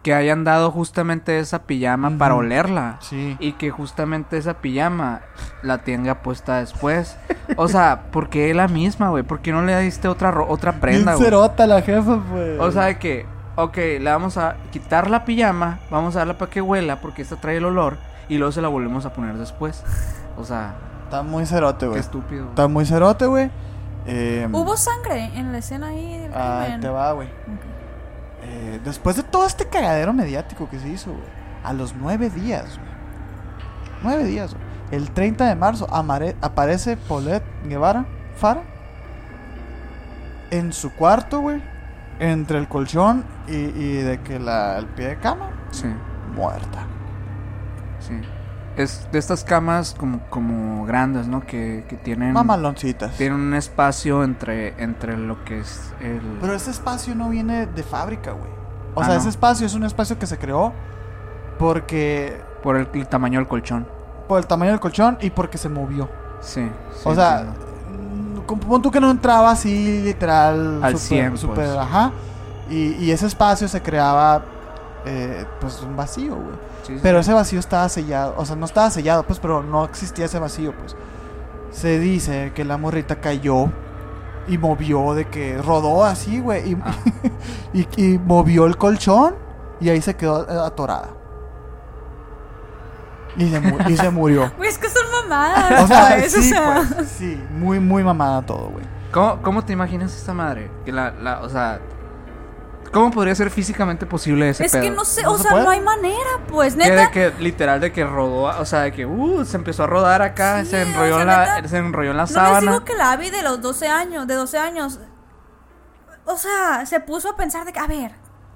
Speaker 3: que hayan dado justamente esa pijama para
Speaker 2: Ujú.
Speaker 3: olerla
Speaker 2: Sí.
Speaker 3: y que justamente esa pijama la tenga puesta después. O sea, ¿por qué la misma, güey? ¿Por qué no le diste otra ro- otra prenda,
Speaker 2: Bien
Speaker 3: güey?
Speaker 2: cerota la jefa, pues.
Speaker 3: O sea, de que, ok, le vamos a quitar la pijama, vamos a darla para que huela porque esta trae el olor y luego se la volvemos a poner después. O sea,
Speaker 2: Está muy cerote,
Speaker 3: qué
Speaker 2: güey.
Speaker 3: estúpido. güey.
Speaker 2: Está muy cerote, güey. Eh,
Speaker 4: hubo sangre en la escena ahí del
Speaker 2: Ah, Ahí
Speaker 4: crimen.
Speaker 2: te va, güey.
Speaker 4: Ok.
Speaker 2: Eh, después de todo este cagadero mediático que se hizo, güey. A los nueve días, güey. Nueve días, güey. El 30 de marzo amare- aparece Paulette Guevara, Fara, en su cuarto, güey. Entre el colchón y, y de que la, el pie de cama,
Speaker 3: Sí.
Speaker 2: muerta.
Speaker 3: Sí. es de estas camas como, como grandes, ¿no? Que, que tienen,
Speaker 2: Mamaloncitas.
Speaker 3: tienen un espacio entre, entre lo que es el...
Speaker 2: Pero ese espacio no viene de fábrica, güey. O
Speaker 3: Ah,
Speaker 2: sea,
Speaker 3: no.
Speaker 2: ese espacio es un espacio que se creó porque.
Speaker 3: por el, el tamaño del colchón.
Speaker 2: Por el tamaño del colchón y porque se movió.
Speaker 3: Sí. sí,
Speaker 2: o sea,
Speaker 3: entiendo.
Speaker 2: mm, con- pon tú que no entraba así literal.
Speaker 3: Al
Speaker 2: super-
Speaker 3: 100,
Speaker 2: super-
Speaker 3: pues.
Speaker 2: Ajá. Y, y ese espacio se creaba. eh, pues un vacío, güey.
Speaker 3: Sí, sí.
Speaker 2: Pero ese vacío estaba sellado. O sea, no estaba sellado, pues, pero no existía ese vacío, pues. Se dice que la morrita cayó y movió de que rodó así, güey. Y,
Speaker 3: Ah.
Speaker 2: *laughs* y- y movió el colchón y ahí se quedó eh, atorada. Y se, mu- y se murió.
Speaker 4: Güey, es que son mamadas.
Speaker 2: *laughs* O sea,
Speaker 4: ¿sabes? O
Speaker 2: sí,
Speaker 4: sea,
Speaker 2: pues, sí, muy, muy mamada todo, güey.
Speaker 3: ¿Cómo, cómo te imaginas esta madre? Que la, la, o sea, ¿cómo podría ser físicamente posible ese
Speaker 4: es
Speaker 3: pedo?
Speaker 4: que no sé,
Speaker 2: ¿No
Speaker 4: o
Speaker 2: se
Speaker 4: sea,
Speaker 2: puede?
Speaker 4: no hay manera, pues,
Speaker 3: Que, de
Speaker 4: neta.
Speaker 3: que literal de que rodó, o sea, de que uh, se empezó a rodar acá,
Speaker 4: Sí,
Speaker 3: se enrolló
Speaker 4: o sea,
Speaker 3: en la
Speaker 4: neta,
Speaker 3: se enrolló en la
Speaker 4: No les
Speaker 3: sábana.
Speaker 4: digo que la Abby de los 12 años, de 12 años, o sea, se puso a pensar de que, a ver,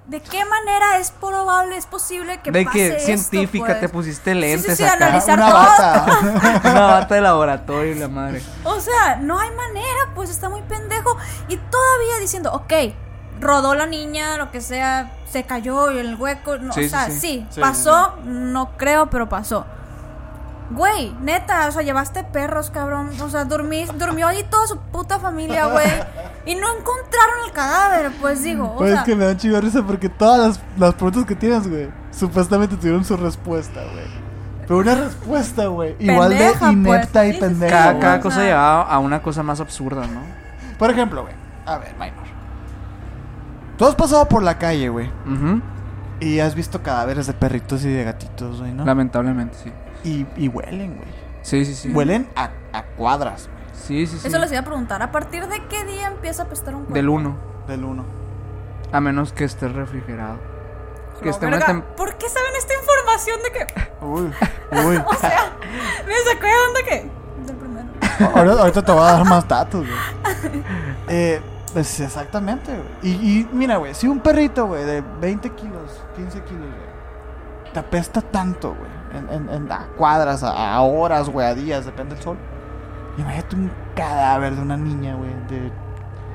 Speaker 4: ¿de qué manera es probable, es posible que
Speaker 3: de
Speaker 4: pase
Speaker 3: que
Speaker 4: esto,
Speaker 3: científica
Speaker 4: pues?
Speaker 3: te pusiste
Speaker 4: sí,
Speaker 3: lentes
Speaker 4: sí,
Speaker 3: acá.
Speaker 4: analizar- Pisar
Speaker 2: Una
Speaker 4: todo.
Speaker 2: bata.
Speaker 3: *laughs* Una bata de laboratorio y la madre.
Speaker 4: *laughs* O sea, no hay manera, pues está muy pendejo. Y todavía diciendo, ok, rodó la niña, lo que sea, se cayó en el hueco. no,
Speaker 3: Sí,
Speaker 4: o sea,
Speaker 3: sí,
Speaker 4: sí,
Speaker 3: sí.
Speaker 2: Sí,
Speaker 4: pasó, no creo, pero pasó. Güey, neta, o sea, llevaste perros, cabrón. O sea, dormí, durmió ahí toda su puta familia, güey. Y no encontraron el cadáver, pues digo. O
Speaker 2: Güey, es
Speaker 4: sea,
Speaker 2: que me dan chido risa porque todas las, las preguntas que tienes, güey, supuestamente tuvieron su respuesta, güey. Pero una respuesta, güey, igual
Speaker 4: Pendeja,
Speaker 2: de
Speaker 4: pues.
Speaker 2: inepta y
Speaker 4: Sí, sí, sí.
Speaker 2: pendeja.
Speaker 3: Cada,
Speaker 2: güey.
Speaker 3: cada
Speaker 4: o
Speaker 3: cosa
Speaker 4: sea.
Speaker 3: llevaba a una cosa más absurda, ¿no?
Speaker 2: Por ejemplo, güey, a ver, Minor. Tú has pasado por la calle, güey,
Speaker 3: Ujú,
Speaker 2: y has visto cadáveres de perritos y de gatitos, güey, ¿no?
Speaker 3: Lamentablemente, sí.
Speaker 2: Y, y huelen, güey.
Speaker 3: Sí, sí, sí.
Speaker 2: Huelen a, a cuadras, güey,
Speaker 3: Sí, sí, sí.
Speaker 4: eso les iba a preguntar. ¿A partir de qué día empieza a apestar un cuerpo?
Speaker 3: Del 1.
Speaker 2: del uno.
Speaker 3: A menos que esté refrigerado. Que
Speaker 4: No,
Speaker 3: esté una
Speaker 4: verga,
Speaker 3: tem-
Speaker 4: ¿Por qué saben esta información de que.?
Speaker 2: Uy, uy.
Speaker 4: *laughs* O sea, me sacó de onda que. Del primero.
Speaker 2: Ahora- ahorita te voy a dar más datos, güey. Eh, pues exactamente, güey. Y, y mira, güey, si un perrito, güey, de 20 kilos, 15 kilos, güey, te apesta tanto, güey, en, en- en- a cuadras, a, a horas, güey, a días, depende del sol. Imagínate un cadáver de una niña, güey, de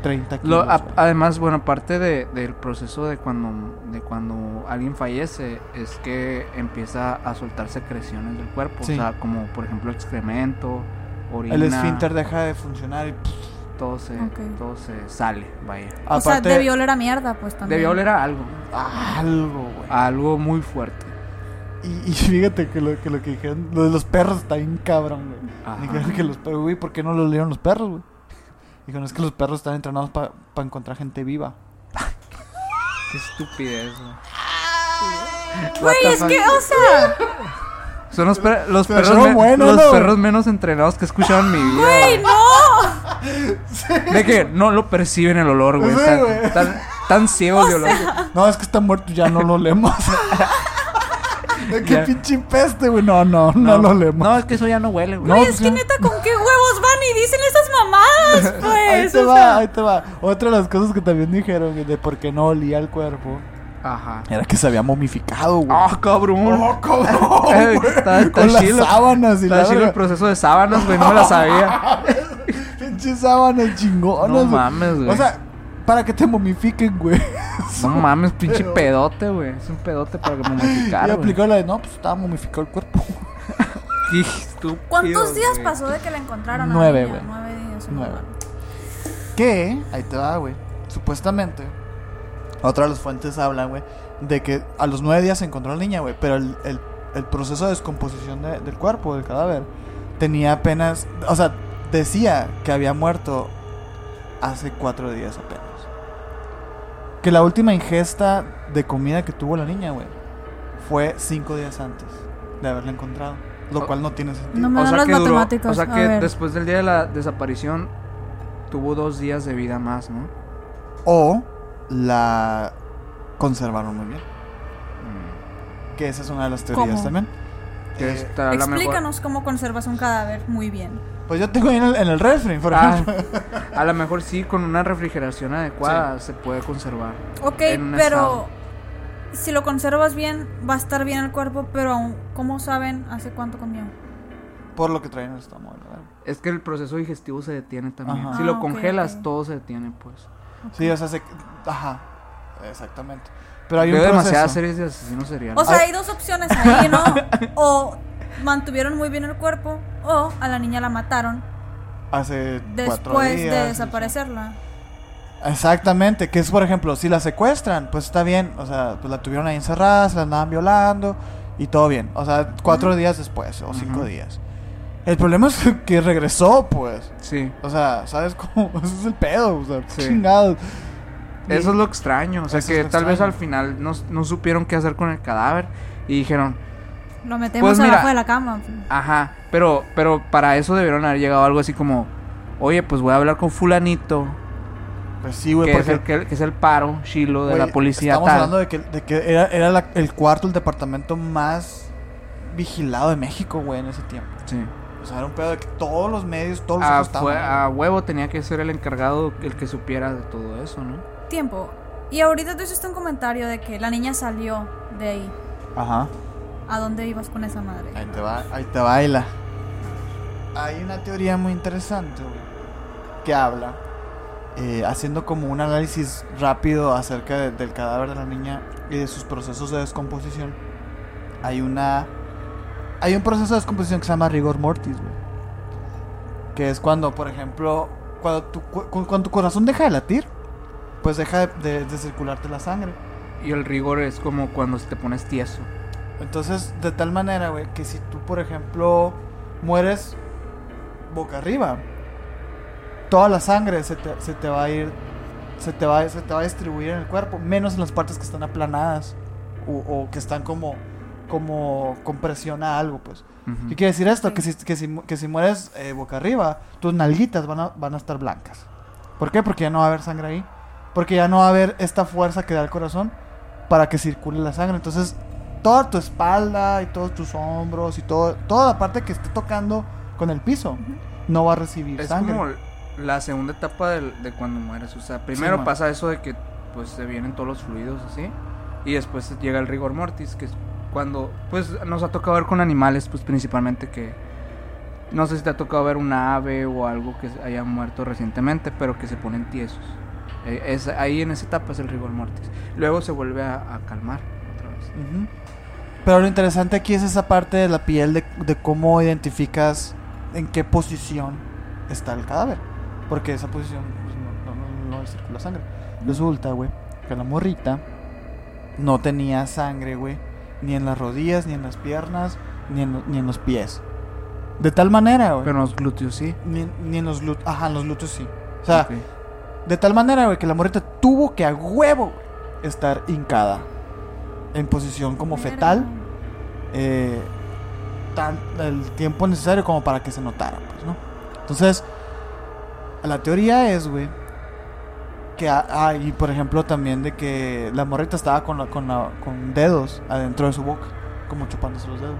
Speaker 2: 30
Speaker 3: Lo-
Speaker 2: kilos.
Speaker 3: a-
Speaker 2: güey.
Speaker 3: además, bueno, parte de- del proceso de cuando, de cuando alguien fallece es que empieza a soltar secreciones del cuerpo,
Speaker 2: Sí.
Speaker 3: o sea, como por ejemplo excremento, orina,
Speaker 2: El esfínter deja de funcionar y pff,
Speaker 3: todo se,
Speaker 4: Ok.
Speaker 3: todo se sale, vaya.
Speaker 4: O sea,
Speaker 2: aparte
Speaker 4: debió oler a mierda, pues también.
Speaker 3: Debió oler a algo,
Speaker 2: algo, güey.
Speaker 3: a algo muy fuerte.
Speaker 2: Y, *laughs* y fíjate que lo, que lo que dijeron, lo de los perros está bien cabrón, güey.
Speaker 3: Ajá.
Speaker 2: Dijeron que los perros, güey, ¿por qué no lo leyeron los perros, güey? Dijeron, es que los perros están entrenados para encontrar gente viva.
Speaker 3: Qué estupidez, güey.
Speaker 4: Güey, es que,
Speaker 2: *laughs*
Speaker 4: o sea,
Speaker 3: Son los, per- los
Speaker 2: Pero
Speaker 3: perros,
Speaker 2: son
Speaker 3: me-
Speaker 2: buenos,
Speaker 3: los
Speaker 2: ¿no?
Speaker 3: perros menos entrenados que he escuchado en mi vida.
Speaker 4: güey, no.
Speaker 3: De que no lo perciben el olor, güey.
Speaker 2: Sí,
Speaker 3: Están,
Speaker 2: güey.
Speaker 3: están- están ciegos de olor.
Speaker 2: No, es que está muerto, ya no lo leemos. *laughs* ¿De qué
Speaker 3: Ya.
Speaker 2: pinche peste, güey? No, no, no, lo leemos.
Speaker 3: No, es que eso ya no huele, güey.
Speaker 2: No,
Speaker 4: Güey, es
Speaker 2: pues,
Speaker 4: que
Speaker 2: ya.
Speaker 4: neta, ¿con qué huevos van y dicen esas mamadas,
Speaker 2: *laughs* *laughs* ahí
Speaker 4: pues?
Speaker 2: te
Speaker 4: O
Speaker 2: va,
Speaker 4: sea,
Speaker 2: ahí te va. Otra de las cosas que también dijeron, güey, de por qué no olía el cuerpo,
Speaker 3: Ajá.
Speaker 2: era que se había momificado, güey.
Speaker 3: ¡Ah, cabrón!
Speaker 2: cabrón!
Speaker 3: Eh,
Speaker 2: güey!
Speaker 3: *laughs* está- está
Speaker 2: Con las
Speaker 3: chilo.
Speaker 2: sábanas y
Speaker 3: Está
Speaker 2: la
Speaker 3: haciendo el
Speaker 2: verga.
Speaker 3: proceso de sábanas, güey.
Speaker 2: *laughs*
Speaker 3: No me la sabía.
Speaker 2: Pinches sábanas chingonas.
Speaker 3: No
Speaker 2: güey.
Speaker 3: mames, güey.
Speaker 2: O sea, para que te momifiquen, güey.
Speaker 3: No mames, pinche
Speaker 2: Pero-
Speaker 3: pedote, güey. Es un pedote para que
Speaker 2: y
Speaker 3: momificar, güey.
Speaker 2: aplicó la de, no, pues estaba momificado el cuerpo. *laughs*
Speaker 3: Qué estúpido,
Speaker 4: ¿cuántos días
Speaker 3: güey.
Speaker 4: pasó de que la encontraron? a la
Speaker 2: Nueve,
Speaker 4: niña?
Speaker 2: güey.
Speaker 4: Nueve días.
Speaker 2: Nueve.
Speaker 4: Nueve.
Speaker 2: Que, ahí te va, güey. Supuestamente, otra de las fuentes habla, güey, de que a los nueve días se encontró la niña, güey. Pero el, el- el proceso de descomposición de- del cuerpo, del cadáver, tenía apenas. O sea, decía que había muerto hace cuatro días apenas. Que la última ingesta de comida que tuvo la niña, güey, fue cinco días antes de haberla encontrado. Lo cual no tiene sentido.
Speaker 4: No me
Speaker 3: O
Speaker 4: dan
Speaker 3: sea,
Speaker 4: las
Speaker 3: que duró-
Speaker 4: matemáticas.
Speaker 3: o sea
Speaker 4: a
Speaker 3: que
Speaker 4: ver.
Speaker 3: después del día de la desaparición tuvo dos días de vida más, ¿no?
Speaker 2: O la conservaron muy bien. Mm. Que esa es una de las teorías
Speaker 4: ¿Cómo?
Speaker 2: también.
Speaker 3: Que
Speaker 2: Eh,
Speaker 3: está la mejor-
Speaker 4: Explícanos cómo conservas un cadáver muy bien.
Speaker 2: Pues yo tengo ahí en el, en el refri, por *laughs*
Speaker 3: Ah,
Speaker 2: ejemplo.
Speaker 3: a lo mejor sí, con una refrigeración adecuada se puede conservar.
Speaker 4: Ok,
Speaker 3: En un
Speaker 4: pero.
Speaker 3: estado.
Speaker 4: si lo conservas bien, va a estar bien el cuerpo, pero aún, ¿cómo saben hace cuánto comió?
Speaker 2: Por lo que traen en el estómago, ¿verdad?
Speaker 3: Es que el proceso digestivo se detiene también.
Speaker 2: Ajá.
Speaker 3: Si
Speaker 4: Ah,
Speaker 3: lo
Speaker 4: ok,
Speaker 3: congelas,
Speaker 4: ok.
Speaker 3: todo se detiene, pues.
Speaker 2: Sí, o sea, se... Ajá, exactamente. Pero hay
Speaker 3: Veo
Speaker 2: un proceso.
Speaker 3: demasiadas series de asesinos seriales.
Speaker 4: O sea, hay dos opciones ahí,
Speaker 2: *laughs*
Speaker 4: ¿no? O mantuvieron muy bien el cuerpo, o a la niña la mataron
Speaker 2: Hace cuatro
Speaker 4: después
Speaker 2: días.
Speaker 4: de desaparecerla.
Speaker 2: Exactamente, que es por ejemplo, si la secuestran, pues está bien, o sea, pues la tuvieron ahí encerrada, se la andaban violando y todo bien, o sea, cuatro días después o cinco
Speaker 3: Ujú.
Speaker 2: días. El problema es *laughs* que regresó, pues,
Speaker 3: Sí.
Speaker 2: o sea, ¿sabes cómo? *laughs* Ese es el pedo, o sea,
Speaker 3: Sí.
Speaker 2: chingado.
Speaker 3: Eso es lo extraño. O sea,
Speaker 2: Eso
Speaker 3: que
Speaker 2: es lo
Speaker 3: tal vez
Speaker 2: extraño.
Speaker 3: al final no, no supieron qué hacer con el cadáver y dijeron,
Speaker 4: Lo metemos
Speaker 3: Pues mira.
Speaker 4: abajo de la cama.
Speaker 3: ajá, pero, pero para eso debieron haber llegado algo así como, oye, pues voy a hablar con Fulanito,
Speaker 2: Pues sí, güey,
Speaker 3: que, es
Speaker 2: porque...
Speaker 3: el, que, que es el paro, Chilo, de
Speaker 2: güey,
Speaker 3: la policía
Speaker 2: Estamos
Speaker 3: tal.
Speaker 2: hablando de que, de que era, era la- el cuarto, el departamento más vigilado de México, güey, en ese tiempo.
Speaker 3: Sí.
Speaker 2: O sea, era un pedo de que todos los medios, todos los
Speaker 3: A,
Speaker 2: ojos estaban,
Speaker 3: Ah, fue-
Speaker 2: güey.
Speaker 3: a huevo tenía que ser el encargado, el que supiera de todo eso, ¿no?
Speaker 4: Tiempo. Y ahorita tú hiciste un comentario de que la niña salió de ahí.
Speaker 2: Ajá.
Speaker 4: ¿A dónde ibas con esa madre?
Speaker 2: Ahí te, va, ahí te baila. Hay una teoría muy interesante güey, que habla, eh, haciendo como un análisis rápido acerca de- del cadáver de la niña y de sus procesos de descomposición. Hay una. Hay un proceso de descomposición que se llama rigor mortis, güey. Que es cuando, por ejemplo, cuando tu, cu- cu- cuando tu corazón deja de latir, pues deja de- de- de circularte la sangre.
Speaker 3: Y el rigor es como cuando te pones tieso.
Speaker 2: Entonces, de tal manera, güey, que si tú, por ejemplo, mueres boca arriba, toda la sangre se te, se te va a ir, se te va, se te va a distribuir en el cuerpo, menos en las partes que están aplanadas o, o que están como, como con presión a algo, pues.
Speaker 3: Ujú.
Speaker 2: ¿Qué quiere decir esto? Que si, que si, mu- que si mueres eh, boca arriba, tus nalguitas van a, van a estar blancas. ¿Por qué? Porque ya no va a haber sangre ahí. Porque ya no va a haber esta fuerza que da el corazón para que circule la sangre. Entonces, toda tu espalda y todos tus hombros y todo, toda la parte que esté tocando con el piso no va a recibir
Speaker 3: Es
Speaker 2: sangre.
Speaker 3: como la segunda etapa del- de, cuando mueres. O sea,
Speaker 2: Sí,
Speaker 3: primero
Speaker 2: man.
Speaker 3: pasa eso de que pues se vienen todos los fluidos así. Y después llega el rigor mortis, que es cuando pues nos ha tocado ver con animales, pues principalmente que no sé si te ha tocado ver un ave o algo que haya muerto recientemente, pero que se ponen tiesos. Eh, es, ahí en esa etapa es el rigor mortis. Luego se vuelve a, a calmar otra vez.
Speaker 2: Ujú. Pero lo interesante aquí es esa parte de la piel de, de cómo identificas en qué posición está el cadáver. Porque esa posición pues, no, no- no- no circula sangre. Resulta, güey, que la morrita no tenía sangre, güey. Ni en las rodillas, ni en las piernas, ni en, lo- ni en los pies. De tal manera, güey.
Speaker 3: Pero en los glúteos sí.
Speaker 2: Ni, en- ni en los lutos. Ajá, en los lutos sí. O sea,
Speaker 3: Ok.
Speaker 2: de tal manera, güey, que la morrita tuvo que a huevo güey, estar hincada. En posición como fetal eh, tan- el tiempo necesario como para que se notara, pues, ¿no? Entonces, la teoría es, güey, que ha- hay, por ejemplo, también de que la morrita estaba con, la- con, la- con dedos adentro de su boca, como chupándose los dedos.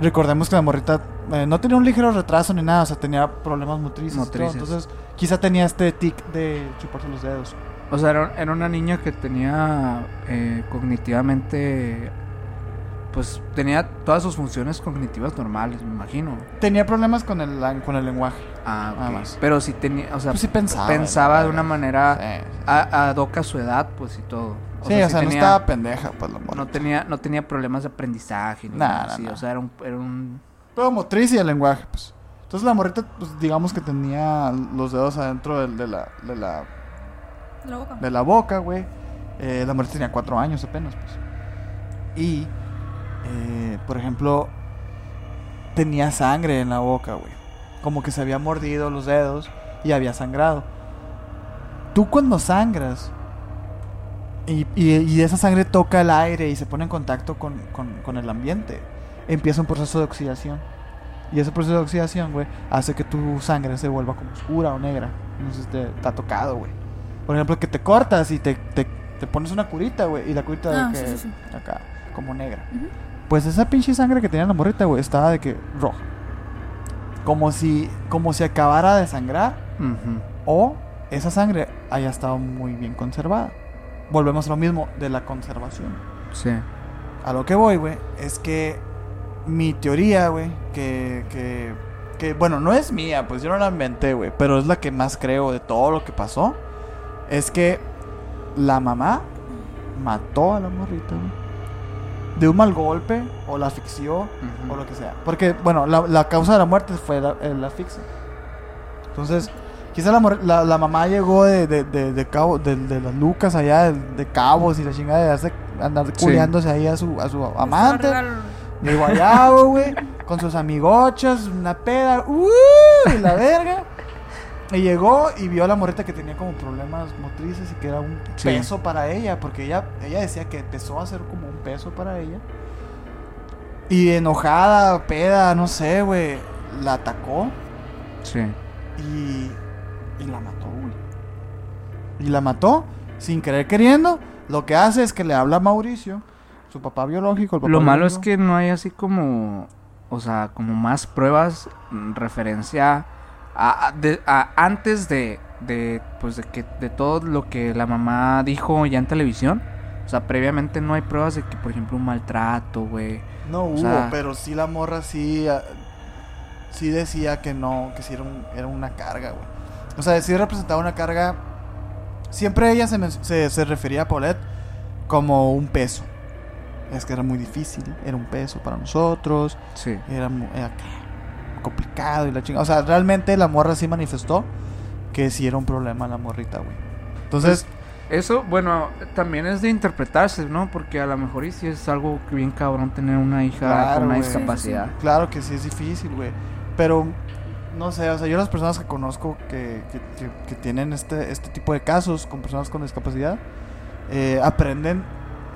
Speaker 2: Recordemos que la morrita eh, no tenía un ligero retraso ni nada, o sea, tenía problemas motrices. y todo,
Speaker 3: Motrices.
Speaker 2: entonces, quizá tenía este tic de chuparse los dedos.
Speaker 3: O sea, era, era una niña que tenía eh, cognitivamente. Pues tenía todas sus funciones cognitivas normales, me imagino.
Speaker 2: Tenía problemas con el, lan- con el lenguaje.
Speaker 3: Ah, ok.
Speaker 2: Nada más.
Speaker 3: Pero sí tenía. O sea,
Speaker 2: Pues sí pensaba.
Speaker 3: pensaba de
Speaker 2: la
Speaker 3: una
Speaker 2: verdad.
Speaker 3: manera.
Speaker 2: Sí, sí.
Speaker 3: A, adoca su edad, pues y todo.
Speaker 2: Sí, o sea,
Speaker 3: sí
Speaker 2: no
Speaker 3: tenía-
Speaker 2: estaba pendeja, pues la morra.
Speaker 3: no tenía, no tenía problemas de aprendizaje ni
Speaker 2: Nah,
Speaker 3: nada
Speaker 2: nah,
Speaker 3: así,
Speaker 2: nah.
Speaker 3: O sea, era un, era un-
Speaker 2: Pero motriz y el lenguaje, pues. Entonces la morrita, pues digamos que tenía los dedos adentro del- de, la, de, la,
Speaker 4: La boca.
Speaker 2: de la boca, güey. Eh, la morrita tenía cuatro años apenas, pues. Y, eh, por ejemplo, tenía sangre en la boca, güey. Como que se había mordido los dedos y había sangrado. Tú cuando sangras y, y- y esa sangre toca el aire y se pone en contacto con, con- con el ambiente, empieza un proceso de oxidación. Y ese proceso de oxidación, güey, hace que tu sangre se vuelva como oscura o negra. No sé si te, te ha tocado, güey. Por ejemplo, que te cortas y te, te- te pones una curita, güey, y la curita de
Speaker 4: Ah,
Speaker 2: que
Speaker 4: sí, sí,
Speaker 2: acá, como negra.
Speaker 4: Ujú.
Speaker 2: Pues esa pinche sangre que tenía la morrita, güey, estaba de que roja. Como si, como si acabara de sangrar
Speaker 3: Ujú.
Speaker 2: o esa sangre haya estado muy bien conservada. volvemos a lo mismo de la conservación.
Speaker 3: Sí.
Speaker 2: A lo que voy, güey, es que mi teoría, güey, que, que, que, bueno, no es mía, pues yo no la inventé, güey, pero es la que más creo de todo lo que pasó, es que la mamá mató a la morrita, güey. De un mal golpe, o la asfixió,
Speaker 3: Ujú.
Speaker 2: o lo que sea. Porque, bueno, la, la causa de la muerte fue la, el asfixia. Entonces, quizá la, mor- la, la mamá llegó de, de, de, de cabo, de, de las Lucas allá, de, de Cabos y la chingada de darse- andar
Speaker 3: Sí.
Speaker 2: culiándose ahí a su, a su amante.
Speaker 4: Cargar-
Speaker 2: De guayabo, güey. Con sus amigochas, una peda. ¡Uh! y La verga. Y llegó y vio a la morrita que tenía como problemas motrices y que era un
Speaker 3: Sí.
Speaker 2: peso para ella. Porque ella, ella decía que empezó a ser como un peso para ella. Y enojada, peda, no sé, güey. La atacó
Speaker 3: Sí.
Speaker 2: y, y la mató, güey. Y la mató sin querer queriendo. Lo que hace es que le habla a Mauricio, su papá biológico. El papá
Speaker 3: Lo malo es
Speaker 2: biológico.
Speaker 3: que no hay así como, o sea, como más pruebas mm, referencia a, a- de- a- antes de, de, pues de que de todo lo que la mamá dijo ya en televisión. O sea, previamente no hay pruebas de que, por ejemplo, un maltrato, güey.
Speaker 2: No hubo,
Speaker 3: sea-
Speaker 2: pero sí la morra sí, ah, sí decía que no, que sí era, un- era una carga, güey. O sea, sí representaba una carga. Siempre ella se, men- se, se refería a Paulette como un peso. Es que era muy difícil, era un peso para nosotros,
Speaker 3: Sí.
Speaker 2: era, mu- era acá, complicado y la chingada. O sea, realmente la morra sí manifestó que sí era un problema la morrita, güey. Entonces,
Speaker 3: Eso, bueno, también es de interpretarse, ¿no? Porque a lo mejor y sí es algo que bien cabrón tener una hija
Speaker 2: Claro,
Speaker 3: con una
Speaker 2: güey.
Speaker 3: discapacidad.
Speaker 2: Claro que sí es difícil, güey. Pero, no sé, o sea, yo las personas que conozco que, que- que- que tienen este, este tipo de casos con personas con discapacidad, eh, aprenden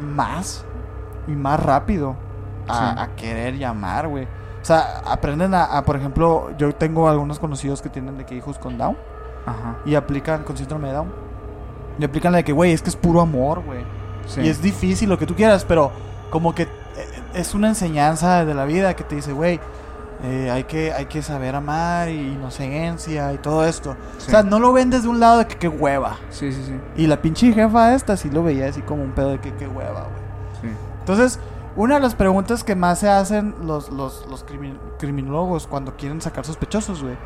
Speaker 2: más y más rápido a,
Speaker 3: Sí.
Speaker 2: a querer llamar, güey. O sea, aprenden a, a, por ejemplo, yo tengo algunos conocidos que tienen de que hijos con Down
Speaker 3: Ajá.
Speaker 2: y aplican con síndrome de Down. Y aplican la de que, güey, es que es puro amor, güey.
Speaker 3: Sí.
Speaker 2: Y es difícil lo que tú quieras, pero como que eh, es una enseñanza de la vida que te dice, güey, eh, hay, que, hay que saber amar y inocencia y todo esto.
Speaker 3: Sí.
Speaker 2: O sea, no lo ven desde un lado de que qué hueva.
Speaker 3: sí, sí, sí,
Speaker 2: Y la pinche jefa esta sí lo veía así como un pedo de que qué hueva, güey.
Speaker 3: sí.
Speaker 2: Entonces, una de las preguntas que más se hacen los, los, los crimin- criminólogos cuando quieren sacar sospechosos, güey,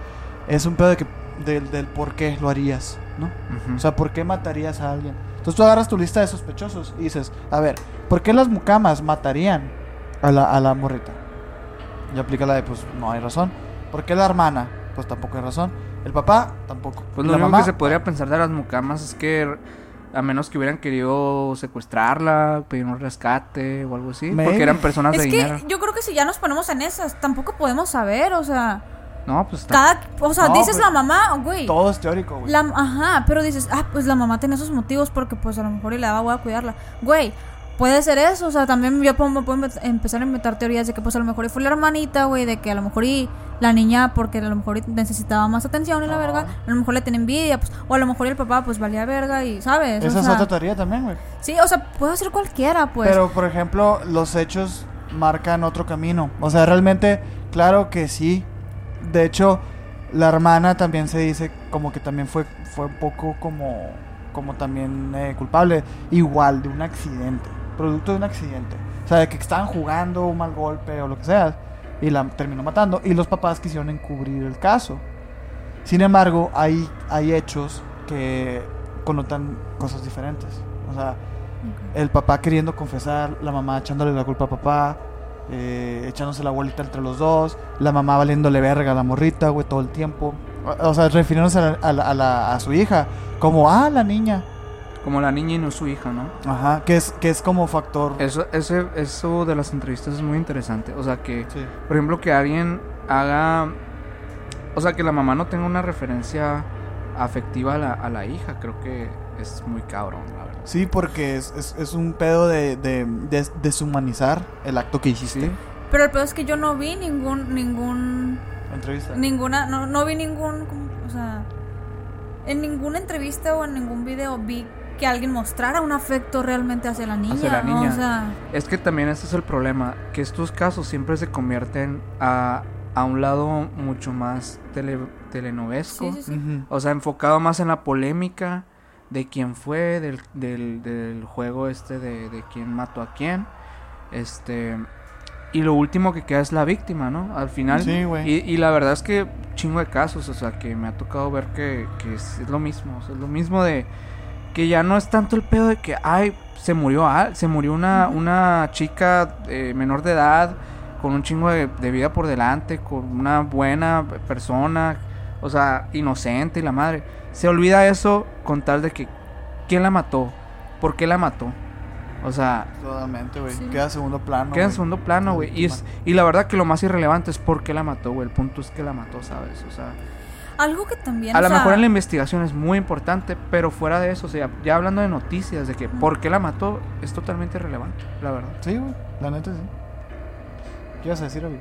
Speaker 2: es un pedo de que, del, del por qué lo harías, ¿no?
Speaker 3: Ujú.
Speaker 2: O sea, ¿por qué matarías a alguien? Entonces tú agarras tu lista de sospechosos y dices, a ver, ¿por qué las mucamas matarían a la, a la morrita? Y aplica la de, pues no hay razón. ¿Por qué la hermana? Pues tampoco hay razón. El papá, tampoco.
Speaker 3: Pues
Speaker 2: ¿Y
Speaker 3: lo
Speaker 2: la
Speaker 3: único
Speaker 2: mamá?
Speaker 3: que se podría pensar de las mucamas es que a menos que hubieran querido secuestrarla, pedir un rescate o algo así,
Speaker 2: Maybe.
Speaker 3: porque eran personas
Speaker 4: Es
Speaker 3: de
Speaker 4: que
Speaker 3: dinero.
Speaker 4: yo creo que si ya nos ponemos en esas, tampoco podemos saber, o sea,
Speaker 3: No, pues está-
Speaker 4: cada, o sea,
Speaker 2: No,
Speaker 4: dices
Speaker 2: güey.
Speaker 4: la mamá, güey.
Speaker 2: Todo es teórico, güey.
Speaker 4: La, ajá, pero dices, ah, pues la mamá tiene esos motivos porque pues a lo mejor y la daba voy a cuidarla. Güey, puede ser eso, o sea, también yo pongo- me puedo invet- empezar a inventar teorías de que pues a lo mejor y fue la hermanita, güey, de que a lo mejor y la niña porque a lo mejor y necesitaba más atención y la verga, a lo mejor le tiene envidia, pues, o a lo mejor y el papá pues valía verga y, ¿sabes? O
Speaker 2: Esa es
Speaker 4: sea,
Speaker 2: otra teoría también, güey.
Speaker 4: sí, o sea, puede ser cualquiera, pues.
Speaker 2: Pero, por ejemplo, los hechos marcan otro camino. O sea, realmente, claro que sí. De hecho, la hermana también se dice como que también fue, fue un poco como, como también eh, culpable. Igual de un accidente. Producto de un accidente. O sea, de que estaban jugando un mal golpe o lo que sea. Y la terminó matando. Y los papás quisieron encubrir el caso. Sin embargo, hay, hay hechos que connotan cosas diferentes. O sea, el papá queriendo confesar, la mamá echándole la culpa a papá, eh, echándose la bolita entre los dos, la mamá valiéndole verga a la morrita, güey, todo el tiempo. O, o sea, refiriéndose a, la- a la- a la- a su hija, como, ah, la niña.
Speaker 3: como la niña y no su hija, ¿no?
Speaker 2: Ajá, que es, que es como factor.
Speaker 3: Eso, ese, eso de las entrevistas es muy interesante. O sea, que,
Speaker 2: Sí.
Speaker 3: por ejemplo, que alguien haga. O sea, que la mamá no tenga una referencia afectiva a la, a la hija, creo que es muy cabrón, la verdad.
Speaker 2: Sí, porque es, es- es un pedo de, de- de deshumanizar el acto que hiciste.
Speaker 3: Sí.
Speaker 4: Pero el peor es que yo no vi ningún, ningún,
Speaker 2: Entrevista.
Speaker 4: ninguna, no, no vi ningún, como- o sea, en ninguna entrevista o en ningún video vi que alguien mostrara un afecto realmente hacia la niña,
Speaker 3: Hacia la
Speaker 4: ¿no?
Speaker 3: niña.
Speaker 4: O sea,
Speaker 3: Es que también ese es el problema, que estos casos siempre se convierten a, a un lado mucho más tele- telenovelesco,
Speaker 4: sí, sí, sí.
Speaker 2: Ujú.
Speaker 3: o sea, enfocado más en la polémica, de quién fue, del, del, del juego este de, de quién mató a quién. Este. Y lo último que queda es la víctima, ¿no? Al final.
Speaker 2: Sí, güey.
Speaker 3: Y, y la verdad es que chingo de casos, o sea, que me ha tocado ver que, que es, es lo mismo. O sea, es lo mismo de que ya no es tanto el pedo de que, ay, se murió, al- se murió una, una chica eh, menor de edad, con un chingo de, de vida por delante, con una buena persona, o sea, inocente y la madre. Se olvida eso con tal de que, ¿quién la mató? ¿Por qué la mató? O sea,
Speaker 2: Totalmente, güey.
Speaker 4: Sí.
Speaker 2: Queda en segundo plano.
Speaker 3: queda en
Speaker 2: güey.
Speaker 3: segundo plano, güey. Y, es- y la verdad que lo más irrelevante es por qué la mató, güey. El punto es que la mató, ¿sabes? O sea,
Speaker 4: Algo que también.
Speaker 3: a
Speaker 4: o
Speaker 3: lo
Speaker 4: sea,
Speaker 3: mejor en la investigación es muy importante, pero fuera de eso, o sea, ya hablando de noticias, de que por qué la mató, es totalmente irrelevante, la verdad.
Speaker 2: Sí, güey. La neta, sí. ¿Qué ibas a decir, Abby?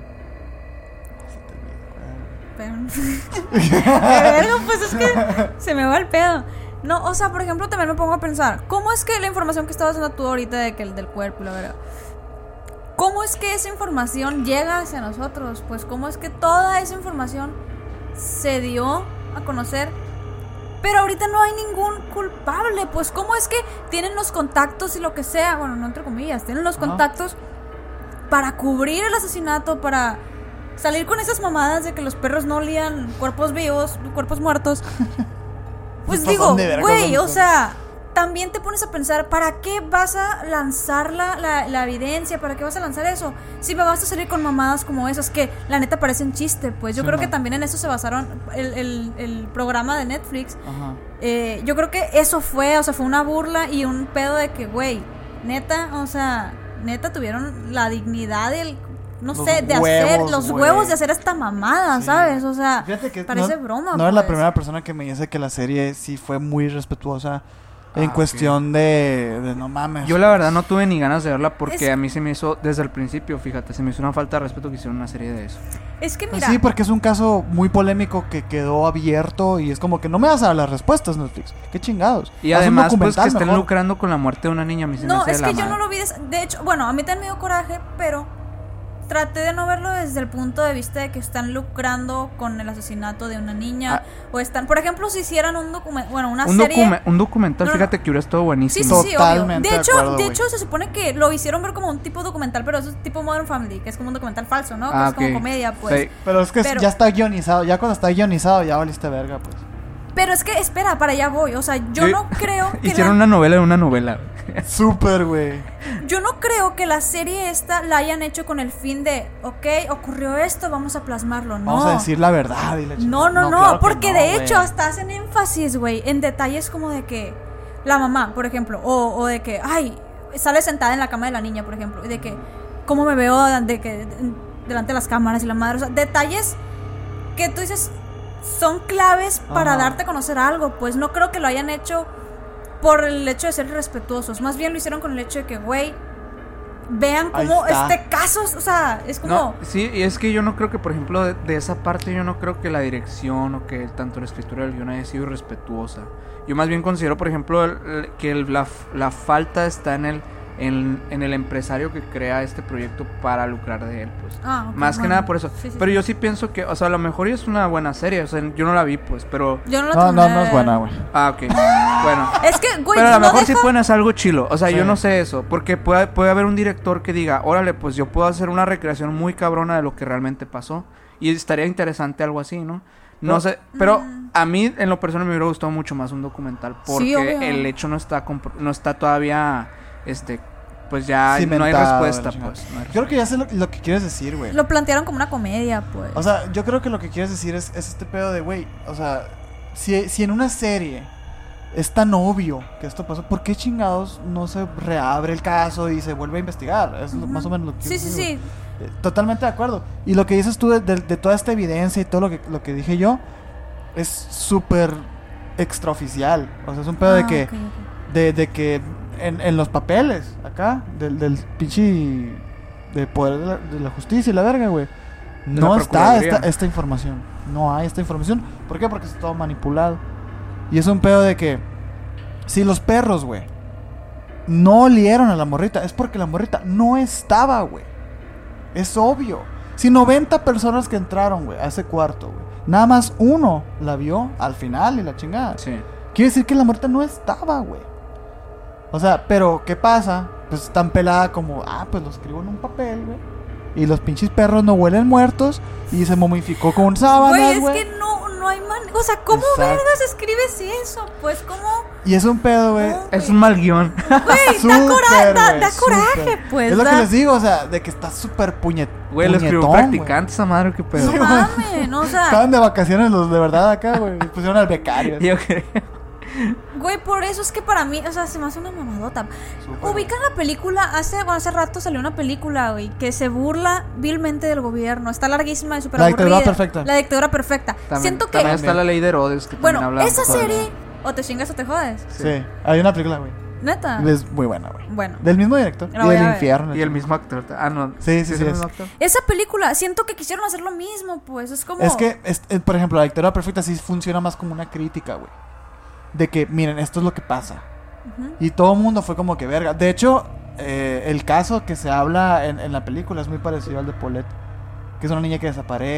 Speaker 2: Se te olvidó, güey.
Speaker 4: *laughs* Pero... verga, pues es que se me va el pedo. No, o sea, por ejemplo, también me pongo a pensar, ¿cómo es que la información que estabas dando tú ahorita de que el del cuerpo, la verdad? ¿Cómo es que esa información llega hacia nosotros? Pues cómo es que toda esa información se dio a conocer, pero ahorita no hay ningún culpable. Pues cómo es que tienen los contactos y lo que sea, bueno, no entre comillas, tienen los
Speaker 2: Ajá.
Speaker 4: contactos para cubrir el asesinato, para salir con esas mamadas de que los perros no olían cuerpos vivos,
Speaker 2: *laughs*
Speaker 4: cuerpos muertos. Pues
Speaker 2: Pasan
Speaker 4: digo,
Speaker 2: de verga
Speaker 4: güey,
Speaker 2: los
Speaker 4: o sea, también te pones a pensar, ¿para qué vas a lanzar la, la- la evidencia? ¿Para qué vas a lanzar eso? Si me vas a salir con mamadas como esas que la neta parecen chiste, pues yo
Speaker 2: Sí,
Speaker 4: creo
Speaker 2: man.
Speaker 4: que también en eso se basaron el, el- el programa de Netflix.
Speaker 2: Ajá.
Speaker 4: Eh, yo creo que eso fue, o sea, fue una burla y un pedo de que, güey, neta, o sea, neta tuvieron la dignidad del, no
Speaker 2: Los
Speaker 4: sé, de hacer
Speaker 2: huevos,
Speaker 4: los
Speaker 2: güey.
Speaker 4: huevos de hacer esta mamada,
Speaker 2: Sí.
Speaker 4: ¿sabes? O sea,
Speaker 2: Fíjate que
Speaker 4: Ah, parece
Speaker 2: no,
Speaker 4: broma.
Speaker 2: No es la
Speaker 4: pues.
Speaker 2: primera persona que me dice que la serie sí fue muy respetuosa en
Speaker 3: Ah,
Speaker 2: cuestión de, de no mames.
Speaker 3: Yo la verdad no tuve ni ganas de verla porque
Speaker 4: Es-
Speaker 3: a mí se me hizo, desde el principio, fíjate, se me hizo una falta de respeto que hicieron una serie de eso.
Speaker 4: Es que
Speaker 2: Pues
Speaker 4: mira,
Speaker 2: sí, porque es un caso muy polémico que quedó abierto y es como que no me vas a dar las respuestas, Netflix. Qué chingados.
Speaker 3: Y
Speaker 2: Haz un
Speaker 3: además, pues que
Speaker 2: documental
Speaker 3: estén
Speaker 2: mejor.
Speaker 3: lucrando con la muerte de una niña, a mí se me
Speaker 4: no,
Speaker 3: hace
Speaker 4: es
Speaker 3: de
Speaker 4: que
Speaker 3: la
Speaker 4: yo no
Speaker 3: madre.
Speaker 4: lo vi. des- De hecho, bueno, a mí también me dio coraje, pero traté de no verlo desde el punto de vista de que están lucrando con el asesinato de una niña.
Speaker 3: Ah.
Speaker 4: O están, por ejemplo, si hicieran un documento, bueno, una
Speaker 3: un,
Speaker 4: serie.
Speaker 3: docume- un documental,
Speaker 4: No, no.
Speaker 3: fíjate que hubiera estado
Speaker 4: Sí,
Speaker 3: buenísimo.
Speaker 4: sí, sí, obvio.
Speaker 2: Totalmente
Speaker 4: De
Speaker 2: de
Speaker 4: hecho,
Speaker 2: acuerdo,
Speaker 4: de
Speaker 2: güey.
Speaker 4: hecho se supone que lo hicieron ver como un tipo documental, pero eso es tipo Modern Family, que es como un documental falso, ¿no? Que
Speaker 3: Ah,
Speaker 4: es como
Speaker 3: ok.
Speaker 4: comedia, pues.
Speaker 3: Sí.
Speaker 2: Pero es que
Speaker 4: Pero-
Speaker 2: ya está guionizado. Ya cuando está guionizado, ya valiste verga, pues.
Speaker 4: Pero es que espera, para allá voy, o sea, yo
Speaker 3: Sí.
Speaker 4: no creo que la-
Speaker 3: Hicieron una novela de una novela.
Speaker 2: Súper, güey.
Speaker 4: yo no creo que la serie esta la hayan hecho con el fin de, ok, ocurrió esto, vamos a plasmarlo, no.
Speaker 2: Vamos a decir la verdad. y la
Speaker 4: No,
Speaker 2: chingada.
Speaker 4: no, no,
Speaker 2: claro que
Speaker 4: porque
Speaker 2: no,
Speaker 4: de
Speaker 2: güey.
Speaker 4: hecho hasta hacen énfasis, güey, en detalles como de que la mamá, por ejemplo, o, o de que, ay, sale sentada en la cama de la niña, por ejemplo, y de que, ¿cómo me veo de que, delante de las cámaras y la madre? O sea, detalles que tú dices son claves para
Speaker 2: Ajá.
Speaker 4: darte a conocer algo, pues no creo que lo hayan hecho por el hecho de ser respetuosos, más bien lo hicieron con el hecho de que, güey, vean
Speaker 2: Ahí
Speaker 4: cómo
Speaker 2: está.
Speaker 4: este caso, o sea, es como...
Speaker 3: No, sí, y es que yo no creo que, por ejemplo, de, de esa parte, yo no creo que la dirección o que tanto la escritura del guion haya sido irrespetuosa. Yo más bien considero, por ejemplo, el- el- que el- la, f- la falta está en el, en, en el empresario que crea este proyecto para lucrar de él, pues.
Speaker 4: Ah, ok,
Speaker 3: Más que
Speaker 4: bueno.
Speaker 3: nada por eso.
Speaker 4: Sí, sí,
Speaker 3: pero
Speaker 4: sí.
Speaker 3: yo sí pienso que, o sea, a lo mejor y es una buena serie, o sea, yo no la vi, pues, pero...
Speaker 4: Yo no la
Speaker 2: No,
Speaker 4: terminé
Speaker 2: no,
Speaker 4: de
Speaker 2: no es
Speaker 4: ver.
Speaker 2: buena, güey.
Speaker 3: Ah,
Speaker 4: *laughs*
Speaker 3: ok. bueno.
Speaker 4: Es que, güey,
Speaker 3: Pero a lo
Speaker 4: Pues, no
Speaker 3: mejor
Speaker 4: deja-
Speaker 3: sí pueden hacer algo chilo. O sea,
Speaker 2: Sí.
Speaker 3: yo no sé eso. Porque puede, puede haber un director que diga, órale, pues yo puedo hacer una recreación muy cabrona de lo que realmente pasó. Y estaría interesante algo así, ¿no? No
Speaker 2: No.
Speaker 3: sé. Pero a mí, en lo personal, me hubiera gustado mucho más un documental. Porque
Speaker 4: mm. Sí, obvio.
Speaker 3: el hecho no está, compro- no está todavía, este, pues ya no hay
Speaker 2: Cimentado,
Speaker 3: respuesta,
Speaker 2: la chingada.
Speaker 3: pues. no hay
Speaker 2: Yo creo que ya sé lo, lo que quieres decir, güey.
Speaker 4: Lo plantearon como una comedia, pues.
Speaker 2: O sea, yo creo que lo que quieres decir es, es este pedo de, güey, o sea, si, si en una serie es tan obvio que esto pasó, ¿por qué chingados no se reabre el caso y se vuelve a investigar? Es lo-
Speaker 4: Ujú.
Speaker 2: más o menos lo que
Speaker 4: sí, sí, sí.
Speaker 2: Eh, Totalmente de acuerdo. Y lo que dices tú de, de- de toda esta evidencia y todo lo que, lo que dije yo es súper extraoficial. O sea, es un pedo de
Speaker 4: Ah,
Speaker 2: que
Speaker 4: ok, ok.
Speaker 2: de, de que en, en los papeles, acá, del, del pinche de poder de la, de la justicia y la verga, güey.
Speaker 3: la
Speaker 2: No está
Speaker 3: Procuraduría.
Speaker 2: esta, esta información. No hay esta información. ¿Por qué? Porque es todo manipulado. Y es un pedo de que si los perros, güey, no olieron a la morrita, es porque la morrita no estaba, güey. Es obvio. Si 90 personas que entraron, güey, a ese cuarto, güey, nada más uno la vio al final y la chingada.
Speaker 3: Sí.
Speaker 2: Quiere decir que la muerta no estaba, güey. O sea, pero ¿qué pasa? Pues tan pelada como, ah, pues lo escribo en un papel, güey. Y los pinches perros no huelen muertos y se momificó con sábanas,
Speaker 4: Güey, es
Speaker 2: güey.
Speaker 4: que no, no hay manera. O sea, ¿cómo
Speaker 2: Exacto.
Speaker 4: vergas escribes eso? Pues,
Speaker 2: *laughs*
Speaker 4: ¿cómo?
Speaker 2: Y es un pedo, güey.
Speaker 4: No,
Speaker 3: Es un mal guión.
Speaker 4: Güey, da,
Speaker 2: Súper,
Speaker 4: cora- da-
Speaker 2: güey,
Speaker 4: da coraje,
Speaker 2: súper.
Speaker 4: pues.
Speaker 2: Es lo
Speaker 4: da-
Speaker 2: que les digo, o sea, de que está súper puñet.
Speaker 3: *laughs* Güey, lo escribió un
Speaker 2: puñetón,
Speaker 3: practicante esa madre, qué pedo.
Speaker 2: *laughs*
Speaker 4: No mames, no, o
Speaker 2: güey.
Speaker 4: sea,
Speaker 2: Estaban de vacaciones los de verdad acá, güey. *laughs* y Pusieron al becario.
Speaker 3: *laughs* Yo creo.
Speaker 4: güey, por eso es que para mí, o sea, se me hace una mamadota.
Speaker 2: Súper.
Speaker 4: Ubican la película, hace, bueno, hace rato salió una película, güey, que se burla vilmente del gobierno. Está larguísima y súper
Speaker 2: La dictadura
Speaker 4: aburrida.
Speaker 2: perfecta.
Speaker 4: La dictadura perfecta.
Speaker 3: También,
Speaker 4: Siento que,
Speaker 3: También está la ley de Herodes que también
Speaker 4: bueno,
Speaker 3: habla
Speaker 4: esa
Speaker 3: sobre-
Speaker 4: serie, o te chingas o te jodes.
Speaker 2: Sí. hay una película, güey.
Speaker 4: Neta.
Speaker 2: Es muy buena, güey.
Speaker 4: Bueno.
Speaker 2: Del mismo director.
Speaker 4: La
Speaker 2: y
Speaker 4: Ah. voy
Speaker 2: del
Speaker 4: a ver.
Speaker 2: infierno.
Speaker 3: Y el mismo actor. Ah, no.
Speaker 2: Sí, sí,
Speaker 3: ¿Es
Speaker 2: sí,
Speaker 3: el
Speaker 2: es.
Speaker 3: mismo actor?
Speaker 4: Esa película, siento que quisieron hacer lo mismo, pues. Es como.
Speaker 2: Es que, es- eh, por ejemplo, la dictadura perfecta sí funciona más como una crítica, güey. De que, miren, esto es lo que pasa.
Speaker 4: Ujú.
Speaker 2: Y todo el mundo fue como que verga. De hecho, eh, el caso que se habla en, en la película es muy parecido al de Paulette. Que es una niña que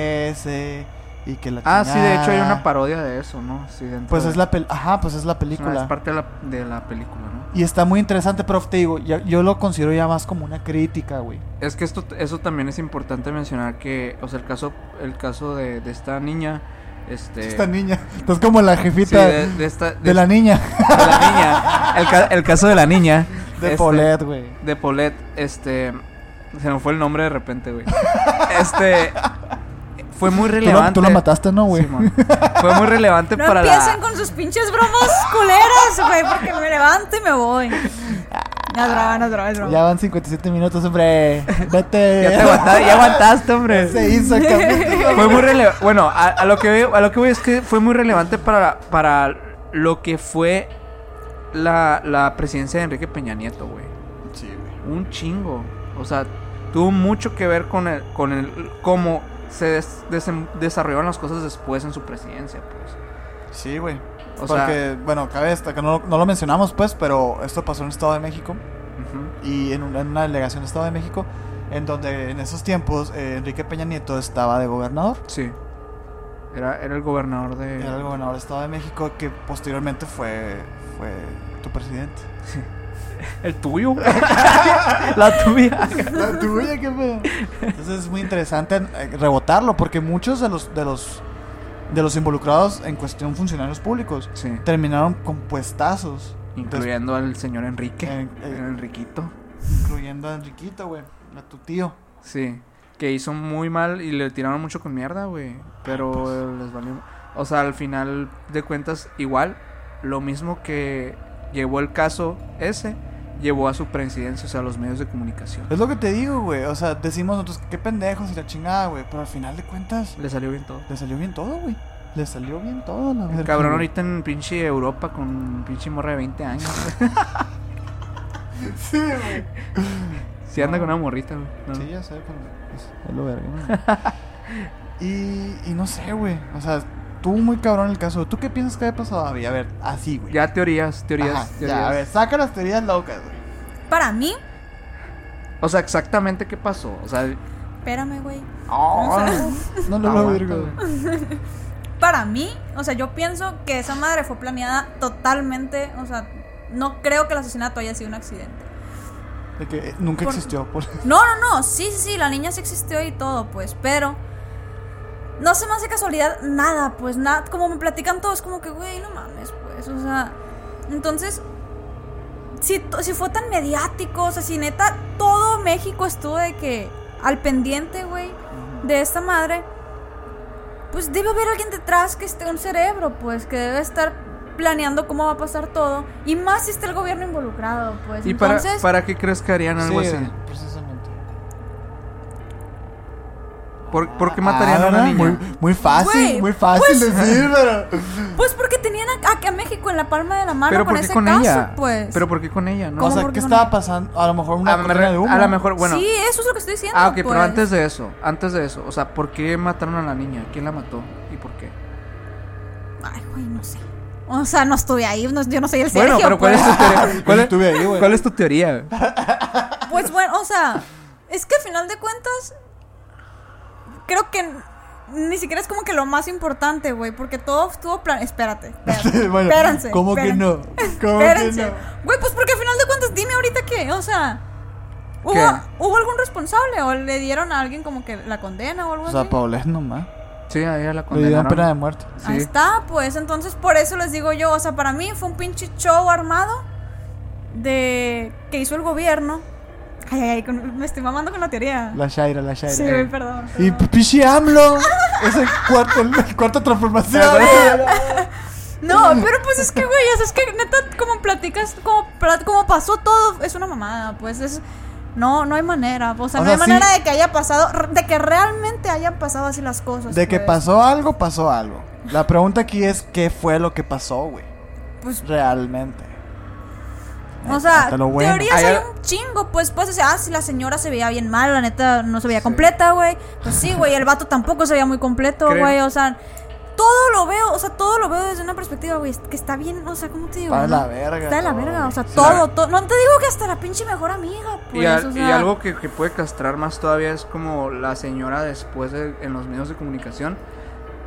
Speaker 2: desaparece y que la
Speaker 3: Ah, sí, de hecho hay una
Speaker 2: parte.
Speaker 3: parodia de eso, ¿no? Sí, dentro
Speaker 2: Pues
Speaker 3: de-
Speaker 2: es la pel- Ajá, pues es la
Speaker 3: es una- Es
Speaker 2: película.
Speaker 3: parte de la, de la película, ¿no?
Speaker 2: Y está muy interesante, prof, te digo, ya- yo lo considero ya más como una crítica, güey.
Speaker 3: Es que esto, eso también es importante mencionar que, o sea, el caso, el caso de, de esta niña, este...
Speaker 2: Esta niña. Estás como la
Speaker 3: sí,
Speaker 2: jefita de,
Speaker 3: de, de esta... De,
Speaker 2: la niña.
Speaker 3: de la niña. El, ca- el caso de la niña.
Speaker 2: De
Speaker 3: este,
Speaker 2: Paulette, güey.
Speaker 3: de Paulette, este. Se me fue el nombre de repente, güey. Este. Fue muy
Speaker 2: Tú la,
Speaker 3: relevante.
Speaker 2: tú la mataste, ¿no, güey?
Speaker 3: Simón. fue muy relevante
Speaker 4: No
Speaker 3: para
Speaker 4: empiecen
Speaker 3: la.
Speaker 4: con sus pinches bromas culeras, güey, porque me levanto y me voy. No es broma, no es broma, es broma.
Speaker 2: Ya van 57 minutos,
Speaker 3: *laughs*
Speaker 2: hombre. Vete. *laughs*
Speaker 3: Ya te aguantaste, ya aguantaste, hombre.
Speaker 2: Se hizo el capítulo.
Speaker 3: Fue muy relevante. Bueno, a, a lo que veo, a lo que voy es que fue muy relevante para, para lo que fue la, la presidencia de Enrique Peña Nieto, güey.
Speaker 2: Sí, güey.
Speaker 3: un chingo. O sea, tuvo mucho que ver con el, con el cómo se des- desem- desarrollaron las cosas después en su presidencia, pues.
Speaker 2: Sí, güey.
Speaker 3: O
Speaker 2: Porque,
Speaker 3: sea,
Speaker 2: bueno, cabe destacar, no, no lo mencionamos, pues, pero esto pasó en el Estado de México
Speaker 3: ujú,
Speaker 2: y en una, en una delegación del Estado de México, en donde en esos tiempos eh, Enrique Peña Nieto estaba de gobernador.
Speaker 3: sí. Era, era el gobernador de.
Speaker 2: Era el gobernador del Estado de México que posteriormente fue, fue tu presidente.
Speaker 3: El tuyo. *laughs* la *laughs* tuya.
Speaker 2: La tuya, qué pedo. Entonces es muy interesante eh, rebotarlo, porque muchos de los, de los, de los involucrados en cuestión funcionarios públicos
Speaker 3: Sí.
Speaker 2: terminaron con puestazos. Entonces,
Speaker 3: Incluyendo al señor Enrique.
Speaker 2: En- en-
Speaker 3: el Enriquito.
Speaker 2: incluyendo a Enriquito, güey. A tu tío.
Speaker 3: Sí. Que hizo muy mal y le tiraron mucho con mierda, güey. Pero
Speaker 2: Ah, pues.
Speaker 3: eh, les valió. O sea, al final de cuentas, igual, lo mismo que llevó el caso ese, llevó a su presidencia, o sea, a los medios de comunicación.
Speaker 2: Es lo que te digo, güey. O sea, decimos nosotros, qué pendejos y la chingada, güey. Pero al final de cuentas,
Speaker 3: Le salió bien todo.
Speaker 2: le salió bien todo, güey. Le salió bien todo, la verdad.
Speaker 3: Cabrón, ahorita en pinche Europa con pinche morra de 20 años. güey.
Speaker 2: Sí,
Speaker 3: *laughs*
Speaker 2: güey.
Speaker 3: Si anda con una morrita, güey. ¿no?
Speaker 2: Sí, ya sé, pero es, es lo verga. ¿no? *laughs* y, y no sé, güey. O sea, tú muy cabrón el caso. ¿Tú qué piensas que haya pasado? David? A ver, así, güey.
Speaker 3: Ya teorías, teorías,
Speaker 2: Ajá,
Speaker 3: teorías.
Speaker 2: ya, a ver, saca las teorías locas, güey.
Speaker 4: Para mí,
Speaker 3: O sea, exactamente qué pasó. O sea,
Speaker 4: espérame, güey.
Speaker 3: ¡ah!
Speaker 2: *laughs* No
Speaker 3: lo
Speaker 2: lo
Speaker 3: logro,
Speaker 2: verga,
Speaker 3: güey.
Speaker 2: güey.
Speaker 4: Para mí, o sea, yo pienso que esa madre fue planeada totalmente. O sea, no creo que el asesinato haya sido un accidente.
Speaker 2: De que eh, nunca
Speaker 4: Por-
Speaker 2: existió. por-
Speaker 4: No, no, no. Sí, sí, sí. La niña sí existió y todo, pues. Pero. No se me hace casualidad nada, pues nada. Como me platican todos, como que, güey, no mames, pues. O sea. Entonces. Si, to- si fue tan mediático, o sea, si neta todo México estuvo de que. Al pendiente, güey. De esta madre. Pues debe haber alguien detrás que esté un cerebro, pues. Que debe estar planeando cómo va a pasar todo. Y más si está el gobierno involucrado, pues.
Speaker 3: ¿Y para,
Speaker 4: Entonces.
Speaker 3: para qué crees que harían algo
Speaker 2: Sí,
Speaker 3: así?
Speaker 2: precisamente.
Speaker 3: ¿Por, por qué
Speaker 2: Ah,
Speaker 3: matarían a una
Speaker 2: ¿verdad?
Speaker 3: niña?
Speaker 2: Muy, muy fácil,
Speaker 4: Güey,
Speaker 2: muy fácil decir, pero.
Speaker 4: Pues porque tenían a, a- a México en la palma de la mano
Speaker 3: ¿Pero
Speaker 4: con
Speaker 3: por qué
Speaker 4: Ah, ese
Speaker 3: con
Speaker 4: caso,
Speaker 3: ella?
Speaker 4: pues.
Speaker 3: ¿Pero por qué con ella? No?
Speaker 2: O
Speaker 4: ¿Cómo
Speaker 2: sea,
Speaker 4: por
Speaker 2: ¿qué
Speaker 4: qué no?
Speaker 2: estaba pasando? A lo mejor una
Speaker 3: a, me
Speaker 2: cortina
Speaker 3: re-
Speaker 2: de humo.
Speaker 3: a
Speaker 2: *laughs*
Speaker 3: lo mejor, bueno.
Speaker 4: sí, eso es lo que estoy diciendo.
Speaker 3: ah, ok,
Speaker 4: pues.
Speaker 3: pero antes de eso, antes de eso, o sea, ¿por qué mataron a la niña? ¿Quién la mató? ¿Y por qué?
Speaker 4: Ay, güey, no sé. O sea, no estuve ahí, no- yo no soy el
Speaker 3: bueno,
Speaker 4: Sergio.
Speaker 3: pero ¿cuál es
Speaker 4: pues.
Speaker 3: tu
Speaker 4: *laughs*
Speaker 3: teoría? ¿Cuál es,
Speaker 2: estuve ahí, güey.
Speaker 3: cuál es tu teoría?
Speaker 4: Pues bueno, o sea, es que al final de cuentas, creo que ni siquiera es como que lo más importante, güey, porque todo estuvo plan. Espérate,
Speaker 3: *laughs*
Speaker 4: espérate.
Speaker 2: Bueno,
Speaker 4: espérense.
Speaker 2: ¿Cómo que
Speaker 4: *laughs* espérense.
Speaker 2: no? ¿Cómo que
Speaker 4: Espérense.
Speaker 2: no?
Speaker 4: Güey, pues porque al final de cuentas, dime ahorita qué. O sea, ¿hubo,
Speaker 3: ¿Qué?
Speaker 4: ¿hubo algún responsable o le dieron a alguien como que la condena o algo
Speaker 2: O sea,
Speaker 4: así?
Speaker 2: Paulette nomás.
Speaker 3: Sí, a ella la
Speaker 2: Le dieron pena de
Speaker 3: condenaron.
Speaker 2: muerte.
Speaker 4: Ahí
Speaker 3: Sí.
Speaker 4: está, pues entonces por eso les digo yo, o sea, para mí fue un pinche show armado de que hizo el gobierno. Ay, ay, ay, con- me estoy mamando con la teoría.
Speaker 2: La Shaira, la
Speaker 4: sí,
Speaker 2: Shaira. Eh,
Speaker 4: güey, perdón.
Speaker 2: Y
Speaker 4: perdón.
Speaker 2: Pichi AMLO. Es el cuarto, el cuarto
Speaker 3: *laughs*
Speaker 2: transformación.
Speaker 4: No, pero pues es que, güey, o sea, es que neta, como platicas, como, pla- como pasó todo, es una mamada, pues es... No, no hay manera, o sea,
Speaker 2: O
Speaker 4: no hay
Speaker 2: sea, sí.
Speaker 4: manera de que haya pasado, de que realmente hayan pasado así las cosas.
Speaker 2: De que
Speaker 4: pues.
Speaker 2: pasó algo, pasó algo. La pregunta aquí es qué fue lo que pasó, güey.
Speaker 4: Pues-
Speaker 2: realmente.
Speaker 4: O sea,
Speaker 2: Hasta lo bueno.
Speaker 4: teorías
Speaker 3: Hay
Speaker 4: hay
Speaker 3: al-
Speaker 4: un chingo, pues puedes decir, ah, si la señora se veía bien mal, la neta no se veía completa, güey. Pues sí, güey, el vato tampoco se veía muy completo,
Speaker 3: Creo.
Speaker 4: güey, o sea, todo lo veo, o sea, todo lo veo desde una perspectiva, güey, que está bien, o sea, ¿cómo te digo?
Speaker 2: Está de
Speaker 4: no?
Speaker 2: la verga
Speaker 4: Está de la
Speaker 2: todo,
Speaker 4: verga,
Speaker 2: güey.
Speaker 4: o sea,
Speaker 3: Sí.
Speaker 4: todo, todo. No te digo que hasta la pinche mejor amiga, pues,
Speaker 3: Y, al-
Speaker 4: o
Speaker 3: y
Speaker 4: sea,
Speaker 3: algo que, que puede castrar más todavía es como la señora después de- en los medios de comunicación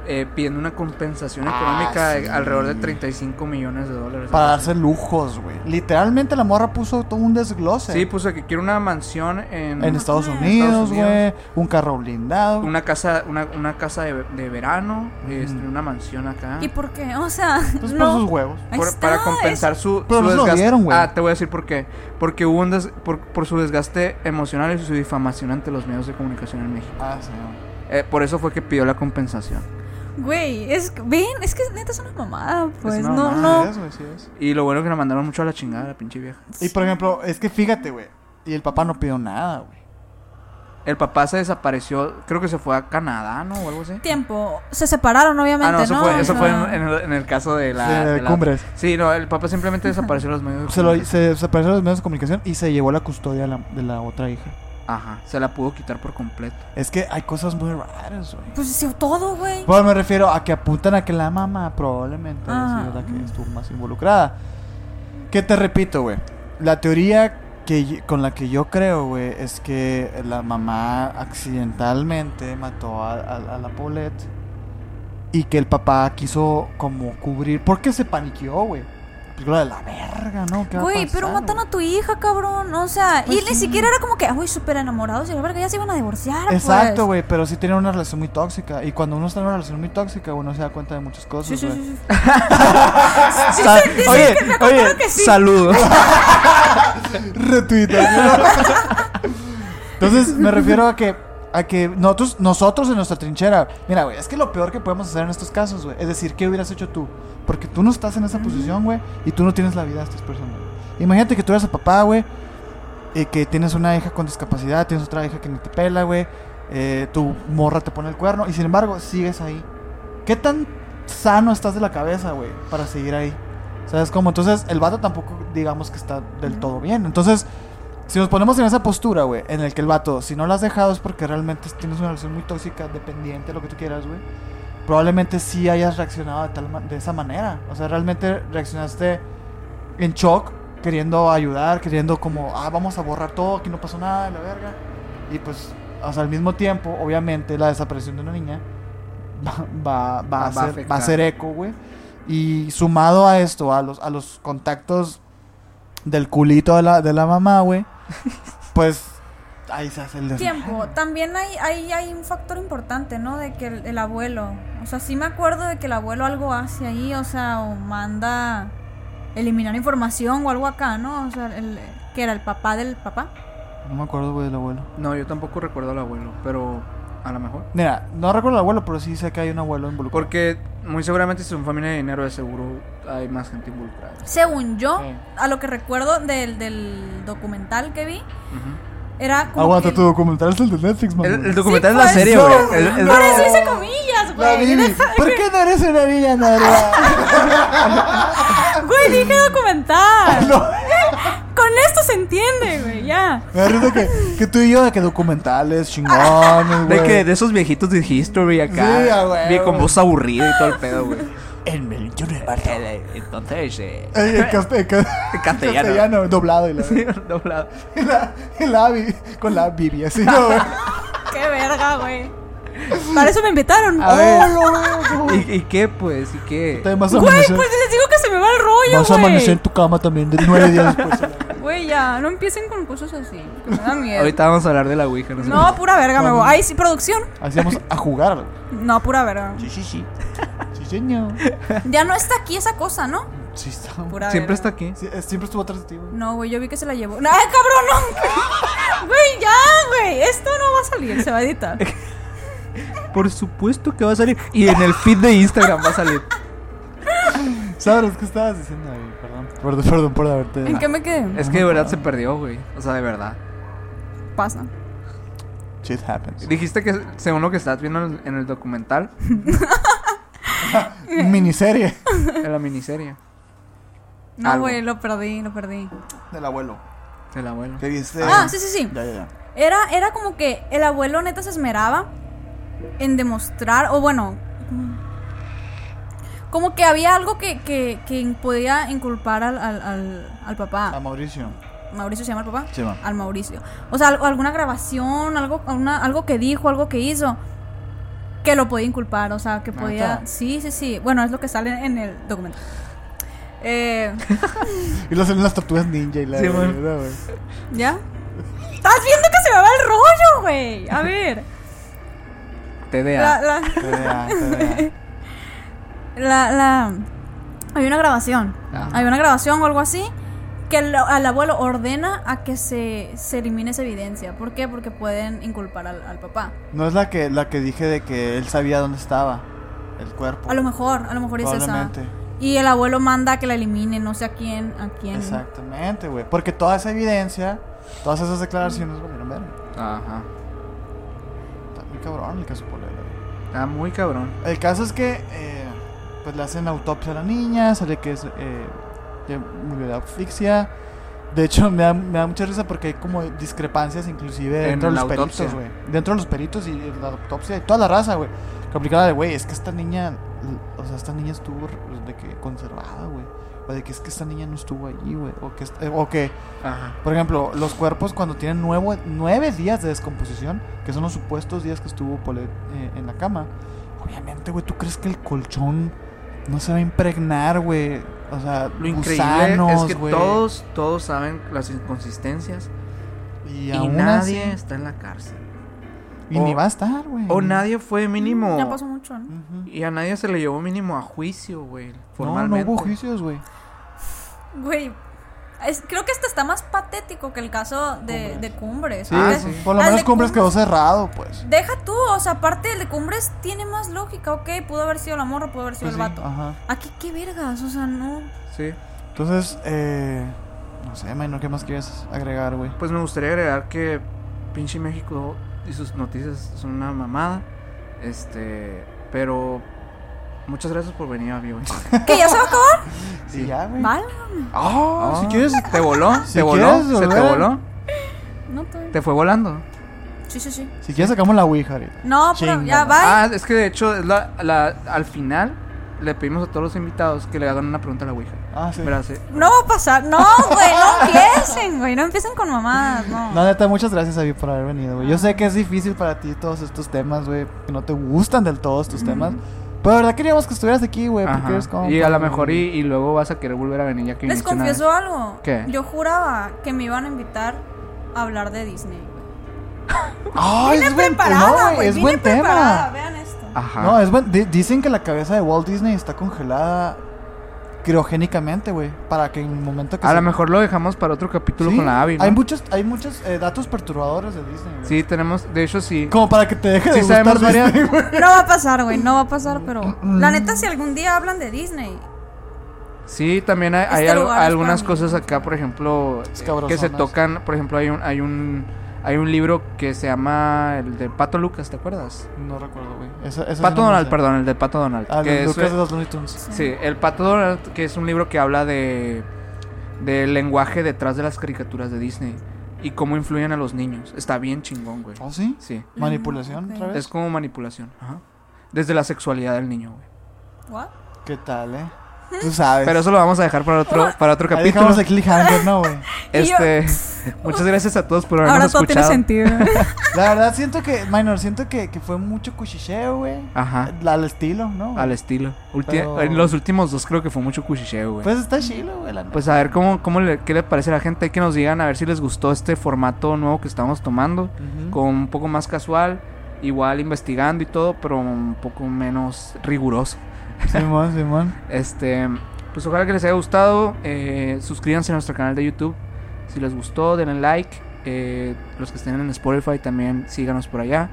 Speaker 3: eh, pidiendo una compensación económica de
Speaker 2: Ah, sí.
Speaker 3: alrededor de 35 millones de dólares.
Speaker 2: Para
Speaker 3: algo así.
Speaker 2: darse lujos, güey. Literalmente la morra puso todo un desglose.
Speaker 3: Sí, puso que quiere una mansión en,
Speaker 2: en este Estados
Speaker 4: Ajá.
Speaker 2: Unidos,
Speaker 3: Estados
Speaker 2: güey.
Speaker 3: Unidos.
Speaker 2: Un carro blindado.
Speaker 3: una casa una, una casa de, de verano, este, una mansión acá.
Speaker 4: ¿Y por qué? O sea,
Speaker 2: Pues
Speaker 4: no.
Speaker 2: por sus huevos.
Speaker 4: Ahí
Speaker 3: Por-
Speaker 4: está,
Speaker 3: para compensar su,
Speaker 2: Pero
Speaker 3: su
Speaker 2: no se lo
Speaker 3: desgaste.
Speaker 2: dieron, güey.
Speaker 3: ah, te voy a decir por qué. Porque hubo un des- por, por su desgaste emocional y su difamación ante los medios de comunicación en México.
Speaker 2: Ah, sí, no.
Speaker 3: Eh, por eso fue que pidió la compensación.
Speaker 4: Güey, es, ven, es que neta es una mamada, pues,
Speaker 3: una
Speaker 4: no,
Speaker 3: mamada,
Speaker 4: no.
Speaker 2: Sí es, güey, sí es.
Speaker 3: Y lo bueno que la mandaron mucho a la chingada, la pinche vieja.
Speaker 2: Y por ejemplo, es que fíjate, güey. Y el papá no pidió nada, güey.
Speaker 3: El papá se desapareció, creo que se fue a Canadá, ¿no? O algo así.
Speaker 4: Tiempo, se separaron obviamente,
Speaker 3: Ah, no, eso
Speaker 4: ¿no?
Speaker 3: fue,
Speaker 4: O
Speaker 3: eso fue
Speaker 4: sea,
Speaker 3: en, en el, en el caso de la...
Speaker 2: Sí, de
Speaker 3: la-
Speaker 2: Cumbres.
Speaker 3: Sí, no, el papá simplemente desapareció de los medios.
Speaker 2: *laughs*
Speaker 3: de
Speaker 2: Se, lo,
Speaker 3: comunicación.
Speaker 2: se desapareció de los medios de comunicación y se llevó la custodia de la, de la otra hija.
Speaker 3: Ajá, se la pudo quitar por completo.
Speaker 2: Es que hay cosas muy raras, güey.
Speaker 4: Pues sí, todo, güey.
Speaker 2: Bueno, me refiero a que apuntan a que la mamá probablemente haya
Speaker 4: Ah.
Speaker 2: sido la que estuvo más involucrada. Que te repito, güey. La teoría que y- con la que yo creo, güey, es que la mamá accidentalmente mató a, a- a la Paulette y que el papá quiso como cubrir. Porque se paniqueó, güey? Película de la verga, ¿no? ¿Qué va a
Speaker 4: Güey, pero
Speaker 2: pasar,
Speaker 4: matan
Speaker 2: güey?
Speaker 4: a tu hija, cabrón. O sea, y
Speaker 2: Pues
Speaker 4: ni
Speaker 2: sí.
Speaker 4: siquiera era como que, uy, súper enamorados y la verga, ya se iban a divorciar.
Speaker 2: Exacto,
Speaker 4: pues.
Speaker 2: güey, pero sí tienen una relación muy tóxica. Y cuando uno está en una relación muy tóxica, uno se da cuenta de muchas cosas,
Speaker 4: Sí, sí,
Speaker 2: güey.
Speaker 4: sí, *laughs* sí.
Speaker 2: Sa- oye,
Speaker 4: contaron que sí.
Speaker 2: saludos. Retuito. Entonces, me refiero a que a que nosotros nosotros en nuestra trinchera, mira, güey, es que lo peor que podemos hacer en estos casos, güey, es decir, ¿qué hubieras hecho tú? Porque tú no estás en
Speaker 4: Mm.
Speaker 2: esa posición, güey, y tú no tienes la vida de estas personas. Imagínate que tú eres el papá, güey, y que tienes una hija con discapacidad, tienes otra hija que ni te pela, güey, eh, tu morra te pone el cuerno, y sin embargo, sigues ahí. ¿Qué tan sano estás de la cabeza, güey, para seguir ahí? ¿Sabes cómo? Entonces, el vato tampoco, digamos que está del todo bien. Entonces, si nos ponemos en esa postura, güey, en el que el vato, si no lo has dejado es porque realmente tienes una relación muy tóxica, dependiente, lo que tú quieras, güey. Probablemente sí hayas reaccionado de, tal ma- de esa manera. O sea, realmente reaccionaste en shock, queriendo ayudar, queriendo como, ah, vamos a borrar todo, aquí no pasó nada, la verga. Y pues, o sea, al mismo tiempo, obviamente, la desaparición de una niña va, va, va
Speaker 3: Va a
Speaker 2: a, ser, va a
Speaker 3: afectar.
Speaker 2: ser eco, güey. Y sumado a esto, a los, a los contactos del culito de la, de la mamá,
Speaker 4: *laughs*
Speaker 2: güey, pues ahí se hace el desmadre.
Speaker 4: Tiempo. También hay, hay, hay un factor importante, ¿no? De que el, el abuelo. O sea, sí me acuerdo de que el abuelo algo hace ahí, o sea, o manda eliminar información o algo acá, ¿no? O sea, el, que era el papá del papá.
Speaker 2: No me acuerdo, güey, del abuelo.
Speaker 3: No, yo tampoco recuerdo al abuelo, pero a lo mejor.
Speaker 2: Mira, no recuerdo el abuelo, pero sí sé que hay un abuelo involucrado.
Speaker 3: Porque muy seguramente si son familia de dinero, de seguro hay más gente involucrada.
Speaker 4: Según yo,
Speaker 2: Sí.
Speaker 4: a lo que recuerdo del, del documental que vi,
Speaker 3: Ujú.
Speaker 4: era como.
Speaker 2: Aguanta,
Speaker 4: que-
Speaker 2: tu documental es el de Netflix, mamá.
Speaker 3: el, el documental es la
Speaker 4: pues,
Speaker 3: serie,
Speaker 2: no,
Speaker 3: güey.
Speaker 2: no,
Speaker 3: El- el-
Speaker 2: no.
Speaker 4: Ahora sí hice comillas,
Speaker 2: La
Speaker 4: güey.
Speaker 2: Bibi. ¿Por qué no eres una niña
Speaker 4: *laughs*
Speaker 2: nada?
Speaker 4: Güey, dije documental.
Speaker 2: No.
Speaker 4: Con esto se entiende, güey, ya.
Speaker 2: Me da risa que, que tú y yo de que documentales, chingones, güey.
Speaker 3: De que de esos viejitos de History acá.
Speaker 2: Sí, a huevo.
Speaker 3: bien con voz aburrida y todo el pedo, güey.
Speaker 2: En el de marzo.
Speaker 3: Eh, Entonces, eh,
Speaker 2: Ey, en cas- en ca-
Speaker 3: En castellano.
Speaker 2: castellano, doblado y la,
Speaker 3: *laughs* doblado. *laughs*
Speaker 2: y la, y la bi- con la Bibi así, no, güey.
Speaker 4: Qué verga, güey. Para eso me invitaron.
Speaker 3: A ver.
Speaker 2: no,
Speaker 3: ¿Y, y qué, pues? ¿Y qué?
Speaker 2: Te vas a
Speaker 4: Güey,
Speaker 2: amanecer.
Speaker 4: pues les digo que se me va el rollo,
Speaker 2: vas a amanecer en
Speaker 4: güey.
Speaker 2: tu cama también de nueve días después. *laughs*
Speaker 4: Güey, ya, no empiecen con cosas así. Que me da miedo.
Speaker 3: Ahorita vamos a hablar de la Ouija. No, sé.
Speaker 4: No, pura verga, me voy. Ay, sí, producción.
Speaker 2: Hacíamos a jugar.
Speaker 4: No, pura verga.
Speaker 2: Sí, sí, sí. Sí, señor.
Speaker 4: Ya no está aquí esa cosa, ¿no?
Speaker 2: Sí, está.
Speaker 4: Pura
Speaker 3: Siempre
Speaker 4: verga.
Speaker 3: está aquí.
Speaker 2: Sí, eh, siempre estuvo atrás de ti, güey.
Speaker 4: No, güey, yo vi que se la llevó. ¡Ay, cabrón, no! Güey, ya, güey. Esto no va a salir, se va a editar.
Speaker 3: Por supuesto que va a salir. Y en el feed de Instagram va a salir.
Speaker 2: ¿Sabes qué estabas diciendo ahí? Perdón. Perdón, perdón por haberte.
Speaker 4: ¿En qué me quedé?
Speaker 3: Es que de verdad se perdió, güey. O sea, de verdad.
Speaker 4: Pasa.
Speaker 2: Shit happens.
Speaker 3: Dijiste que según lo que estás viendo en el- en el documental,
Speaker 2: *laughs* Miniserie.
Speaker 3: en la miniserie
Speaker 4: No,
Speaker 3: Algo.
Speaker 4: güey, lo perdí, lo perdí.
Speaker 2: Del abuelo.
Speaker 3: del abuelo.
Speaker 2: ¿Qué viste?
Speaker 4: Ah, sí, sí, sí.
Speaker 2: Ya, ya, ya.
Speaker 4: Era, era como que el abuelo neta se esmeraba en demostrar, o bueno, como que había algo que, que, que podía inculpar al, al, al, al
Speaker 2: A
Speaker 4: papá.
Speaker 2: Mauricio.
Speaker 4: Mauricio se llama el papá.
Speaker 2: Ah. Sí, va.
Speaker 4: Al Mauricio. O sea, al- alguna grabación, algo, alguna- algo que dijo, algo que hizo, que lo podía inculpar, o sea, que podía...
Speaker 2: ¿Neta?
Speaker 4: Sí, sí, sí. Bueno, es lo que sale en el documento. Eh,
Speaker 2: Y lo hacen las tortugas ninja y la.
Speaker 3: Sí, bueno.
Speaker 2: la- güey.
Speaker 4: ¿Ya? ¡Estás viendo que se me va el rollo, güey! A ver. La,
Speaker 3: TDA.
Speaker 4: la,
Speaker 2: TDA, TDA.
Speaker 4: la, la- Hay una grabación.
Speaker 3: Ah.
Speaker 4: Hay una grabación o algo así que el, al abuelo ordena a que se, se elimine esa evidencia. ¿Por qué? Porque pueden inculpar al, al papá.
Speaker 2: No es la que, la que dije de que él sabía dónde estaba el cuerpo.
Speaker 4: A lo mejor, a lo mejor es esa.
Speaker 2: Probablemente.
Speaker 4: Y el abuelo manda a que la elimine, no sé a quién, a quién.
Speaker 2: Exactamente, güey. Porque toda esa evidencia, todas esas declaraciones valieron ver.
Speaker 3: Ajá.
Speaker 2: Está muy cabrón el caso Polera. güey.
Speaker 3: Está muy cabrón.
Speaker 2: El caso es que, eh, pues le hacen autopsia a la niña, sale que es. Eh, que murió de asfixia. De hecho, me da, me da mucha risa porque hay como discrepancias, inclusive
Speaker 3: En
Speaker 2: dentro de
Speaker 3: la
Speaker 2: los
Speaker 3: autopsia.
Speaker 2: peritos, güey. Dentro de los peritos y en la autopsia y toda la raza, güey. Complicada de, güey, es que esta niña, l- o sea, esta niña estuvo r- de que conservada, güey. O de que es que esta niña no estuvo allí, güey. O que, est- eh, o que
Speaker 3: Ajá.
Speaker 2: Por ejemplo, los cuerpos cuando tienen nueve, nueve días de descomposición, que son los supuestos días que estuvo Paulette eh, en la cama, obviamente, güey, ¿tú crees que el colchón no se va a impregnar, güey? O sea,
Speaker 3: Lo increíble
Speaker 2: gusanos,
Speaker 3: es que
Speaker 2: güey.
Speaker 3: todos, todos saben las inconsistencias
Speaker 2: Y,
Speaker 3: y,
Speaker 2: aún
Speaker 3: nadie
Speaker 2: así-
Speaker 3: está en la cárcel.
Speaker 2: y ni
Speaker 3: o-
Speaker 2: va a estar, güey.
Speaker 3: O nadie fue mínimo.
Speaker 4: Ya pasó mucho, ¿no?
Speaker 2: Ujú.
Speaker 3: Y a nadie se le llevó mínimo a juicio, güey.
Speaker 2: No, no
Speaker 3: Formalmente.
Speaker 2: hubo juicios, güey.
Speaker 4: Güey. es- creo que este está más patético que el caso de,
Speaker 2: Cumbres.
Speaker 4: de Cumbres.
Speaker 2: Sí,
Speaker 3: Ah,
Speaker 4: Antes-
Speaker 3: sí.
Speaker 2: por lo
Speaker 4: al
Speaker 2: menos
Speaker 4: de
Speaker 2: Cumbres quedó cerrado, pues.
Speaker 4: Deja tú, o sea, aparte el de Cumbres tiene más lógica, ok, pudo haber sido la morra, pudo haber sido
Speaker 2: Pues
Speaker 4: el
Speaker 2: sí,
Speaker 4: vato.
Speaker 2: ajá.
Speaker 4: Aquí qué vergas, o sea, no.
Speaker 3: Sí.
Speaker 2: Entonces, eh, no sé, Maynor, ¿qué más quieres agregar, güey?
Speaker 3: Pues me gustaría agregar que pinche México y sus noticias son una mamada. Este, pero muchas gracias por venir a
Speaker 2: *laughs*
Speaker 3: vivo.
Speaker 4: ¿Que ya se va a acabar?
Speaker 2: Sí, ya, güey.
Speaker 4: Vale.
Speaker 2: Ah, si quieres,
Speaker 3: te voló,
Speaker 2: Si
Speaker 3: te voló,
Speaker 2: quieres
Speaker 3: se te
Speaker 2: volver.
Speaker 3: voló,
Speaker 4: No, todavía.
Speaker 3: te fue volando.
Speaker 4: Sí, sí, sí.
Speaker 2: si quieres sacamos la Ouija ahorita.
Speaker 4: No, pero
Speaker 2: Chinga,
Speaker 4: ya
Speaker 2: no.
Speaker 4: va.
Speaker 3: Ah, es que de hecho es la- la- al final le pedimos a todos los invitados que le hagan una pregunta a la Ouija.
Speaker 2: Ah, sí.
Speaker 3: Verás, eh,
Speaker 4: No va a pasar. No, güey, no empiecen, güey. No empiecen con mamadas, no.
Speaker 2: No, neta, muchas gracias, Avi, por haber venido, güey. Yo sé que es difícil para ti todos estos temas, güey, que no te gustan del todo estos temas. Pero de verdad queríamos que estuvieras aquí, güey, porque
Speaker 3: ajá.
Speaker 2: eres como...
Speaker 3: Y a lo mejor y, y luego vas a querer volver a venir ya que
Speaker 4: Les
Speaker 3: viniste una
Speaker 4: confieso algo.
Speaker 3: ¿Qué?
Speaker 4: Yo juraba que me iban a invitar a hablar de Disney. güey.
Speaker 2: ¡Ah,
Speaker 4: Vine
Speaker 2: es buen,
Speaker 4: preparada,
Speaker 2: no,
Speaker 4: güey.
Speaker 2: güey, es
Speaker 4: vine
Speaker 2: buen tema!
Speaker 4: preparada,
Speaker 2: Ah.
Speaker 4: Vean esto.
Speaker 3: vez. Ajá.
Speaker 2: No, es buen... di- Dicen que la cabeza de Walt Disney está congelada criogénicamente, güey, para que en el momento que...
Speaker 3: a
Speaker 2: se-
Speaker 3: lo mejor lo dejamos para otro capítulo
Speaker 2: Sí,
Speaker 3: con la Abby, ¿no?
Speaker 2: Hay muchos, hay muchos eh, datos perturbadores de Disney, güey.
Speaker 3: Sí, tenemos, de hecho sí.
Speaker 2: Como para que te deje
Speaker 3: Sí
Speaker 2: de gustar
Speaker 3: sabemos varias-
Speaker 2: Disney, güey.
Speaker 4: No va a pasar, güey. No va a pasar, pero.
Speaker 2: Mm.
Speaker 4: La neta, si algún día hablan de Disney,
Speaker 3: Sí, también hay, hay
Speaker 4: Este
Speaker 3: al-
Speaker 4: lugar es
Speaker 3: algunas
Speaker 4: para mí.
Speaker 3: cosas acá, por ejemplo, eh, que se
Speaker 2: Escabrosonas.
Speaker 3: tocan, por ejemplo, hay un hay un hay un libro que se llama el de Pato Lucas, ¿te acuerdas?
Speaker 2: No recuerdo, güey. Esa- esa sí
Speaker 3: Pato
Speaker 2: no me
Speaker 3: Donald,
Speaker 2: sé.
Speaker 3: perdón, el de Pato Donald,
Speaker 2: Ah,
Speaker 3: que
Speaker 2: los
Speaker 3: es,
Speaker 2: Lucas de los Looney Tunes.
Speaker 3: sí, el Pato Donald que es un libro que habla de del lenguaje detrás de las caricaturas de Disney y cómo influyen a los niños. Está bien chingón, güey.
Speaker 2: ¿Oh, sí?
Speaker 3: Sí,
Speaker 2: ¿Manipulación
Speaker 4: ok.
Speaker 2: otra vez?
Speaker 3: es como manipulación, ajá. Desde la sexualidad del niño, güey.
Speaker 4: ¿what?
Speaker 2: ¿Qué tal, eh? Tú sabes.
Speaker 3: Pero eso lo vamos a dejar para
Speaker 2: *laughs*
Speaker 3: otro, para otro
Speaker 2: Ahí
Speaker 3: capítulo.
Speaker 2: dejamos el cliffhanger, ¿no,
Speaker 3: *laughs*
Speaker 2: güey?
Speaker 4: Y yo-
Speaker 3: Este,
Speaker 4: *laughs*
Speaker 3: muchas gracias a todos por habernos
Speaker 4: Ahora todo
Speaker 3: escuchado.
Speaker 4: tiene sentido.
Speaker 2: *laughs* La verdad siento que, Minor, siento que, que fue mucho cuchicheo, güey.
Speaker 3: Ajá.
Speaker 2: La- Al estilo, ¿no? güey?
Speaker 3: Ah. Al estilo. Ulti-
Speaker 2: Pero-
Speaker 3: En los últimos dos creo que fue mucho cuchicheo, güey. Pues,
Speaker 2: Pues está chilo, güey. la neta.
Speaker 3: a ver cómo, cómo le, qué le parece a la gente. Hay que nos digan a ver si les gustó este formato nuevo que estamos tomando.
Speaker 2: Ujú.
Speaker 3: Con un poco más casual. Igual investigando y todo, pero un poco menos riguroso.
Speaker 2: Simón, Simón.
Speaker 3: Este, pues ojalá que les haya gustado. eh, suscríbanse a nuestro canal de YouTube. Si les gustó, denle like. eh, los que estén en Spotify también síganos por allá.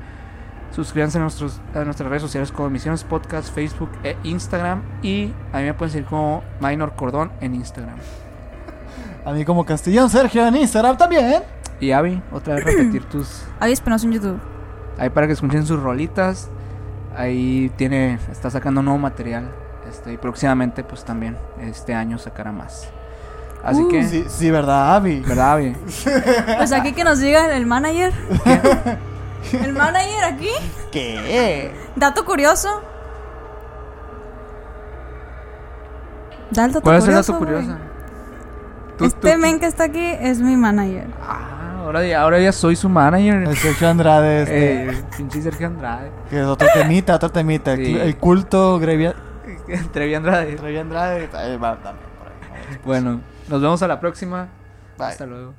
Speaker 3: Suscríbanse a, nuestros, a nuestras redes sociales como Misiones Podcast, Facebook e Instagram. Y a mí me pueden seguir como Minor Cordón en Instagram.
Speaker 2: A mí como Castellón Sergio en Instagram también.
Speaker 3: Y Avi, otra vez repetir tus.
Speaker 4: Había esperanza en YouTube.
Speaker 3: Ahí para que escuchen sus rolitas. Ahí tiene. Está sacando nuevo material. Este, y próximamente, pues también. Este año sacará más. Así
Speaker 4: Uh,
Speaker 3: que.
Speaker 2: Sí, sí, ¿verdad,
Speaker 3: *laughs*
Speaker 2: Abby?
Speaker 3: ¿Verdad, Avi?
Speaker 4: Pues aquí que nos diga el manager. El manager aquí.
Speaker 2: ¿Qué?
Speaker 4: Dato curioso. Da el dato
Speaker 3: ¿Cuál es el
Speaker 4: curioso.
Speaker 3: dato
Speaker 4: güey.
Speaker 3: curioso? Tú-
Speaker 4: este
Speaker 3: tú-
Speaker 4: men que está aquí es mi manager.
Speaker 3: Ah, ahora ya, ahora ya soy su manager.
Speaker 2: *laughs* El Sergio Andrade, este,
Speaker 3: Eh, pinche Sergio Andrade. *laughs*
Speaker 2: que es otro temita, otro temita.
Speaker 3: Sí.
Speaker 2: El culto Grevia...
Speaker 3: Trevi Andrade.
Speaker 2: Grevia Andrade. ahí va también por ahí, ¿no?
Speaker 3: Bueno, nos vemos a la próxima.
Speaker 2: Bye.
Speaker 3: Hasta luego.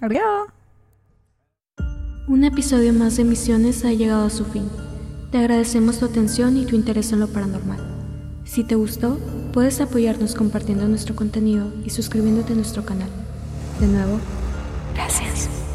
Speaker 4: Adiós.
Speaker 1: Un episodio más de Misiones ha llegado a su fin. Te agradecemos tu atención y tu interés en lo paranormal. Si te gustó, puedes apoyarnos compartiendo nuestro contenido y suscribiéndote a nuestro canal. De nuevo, gracias.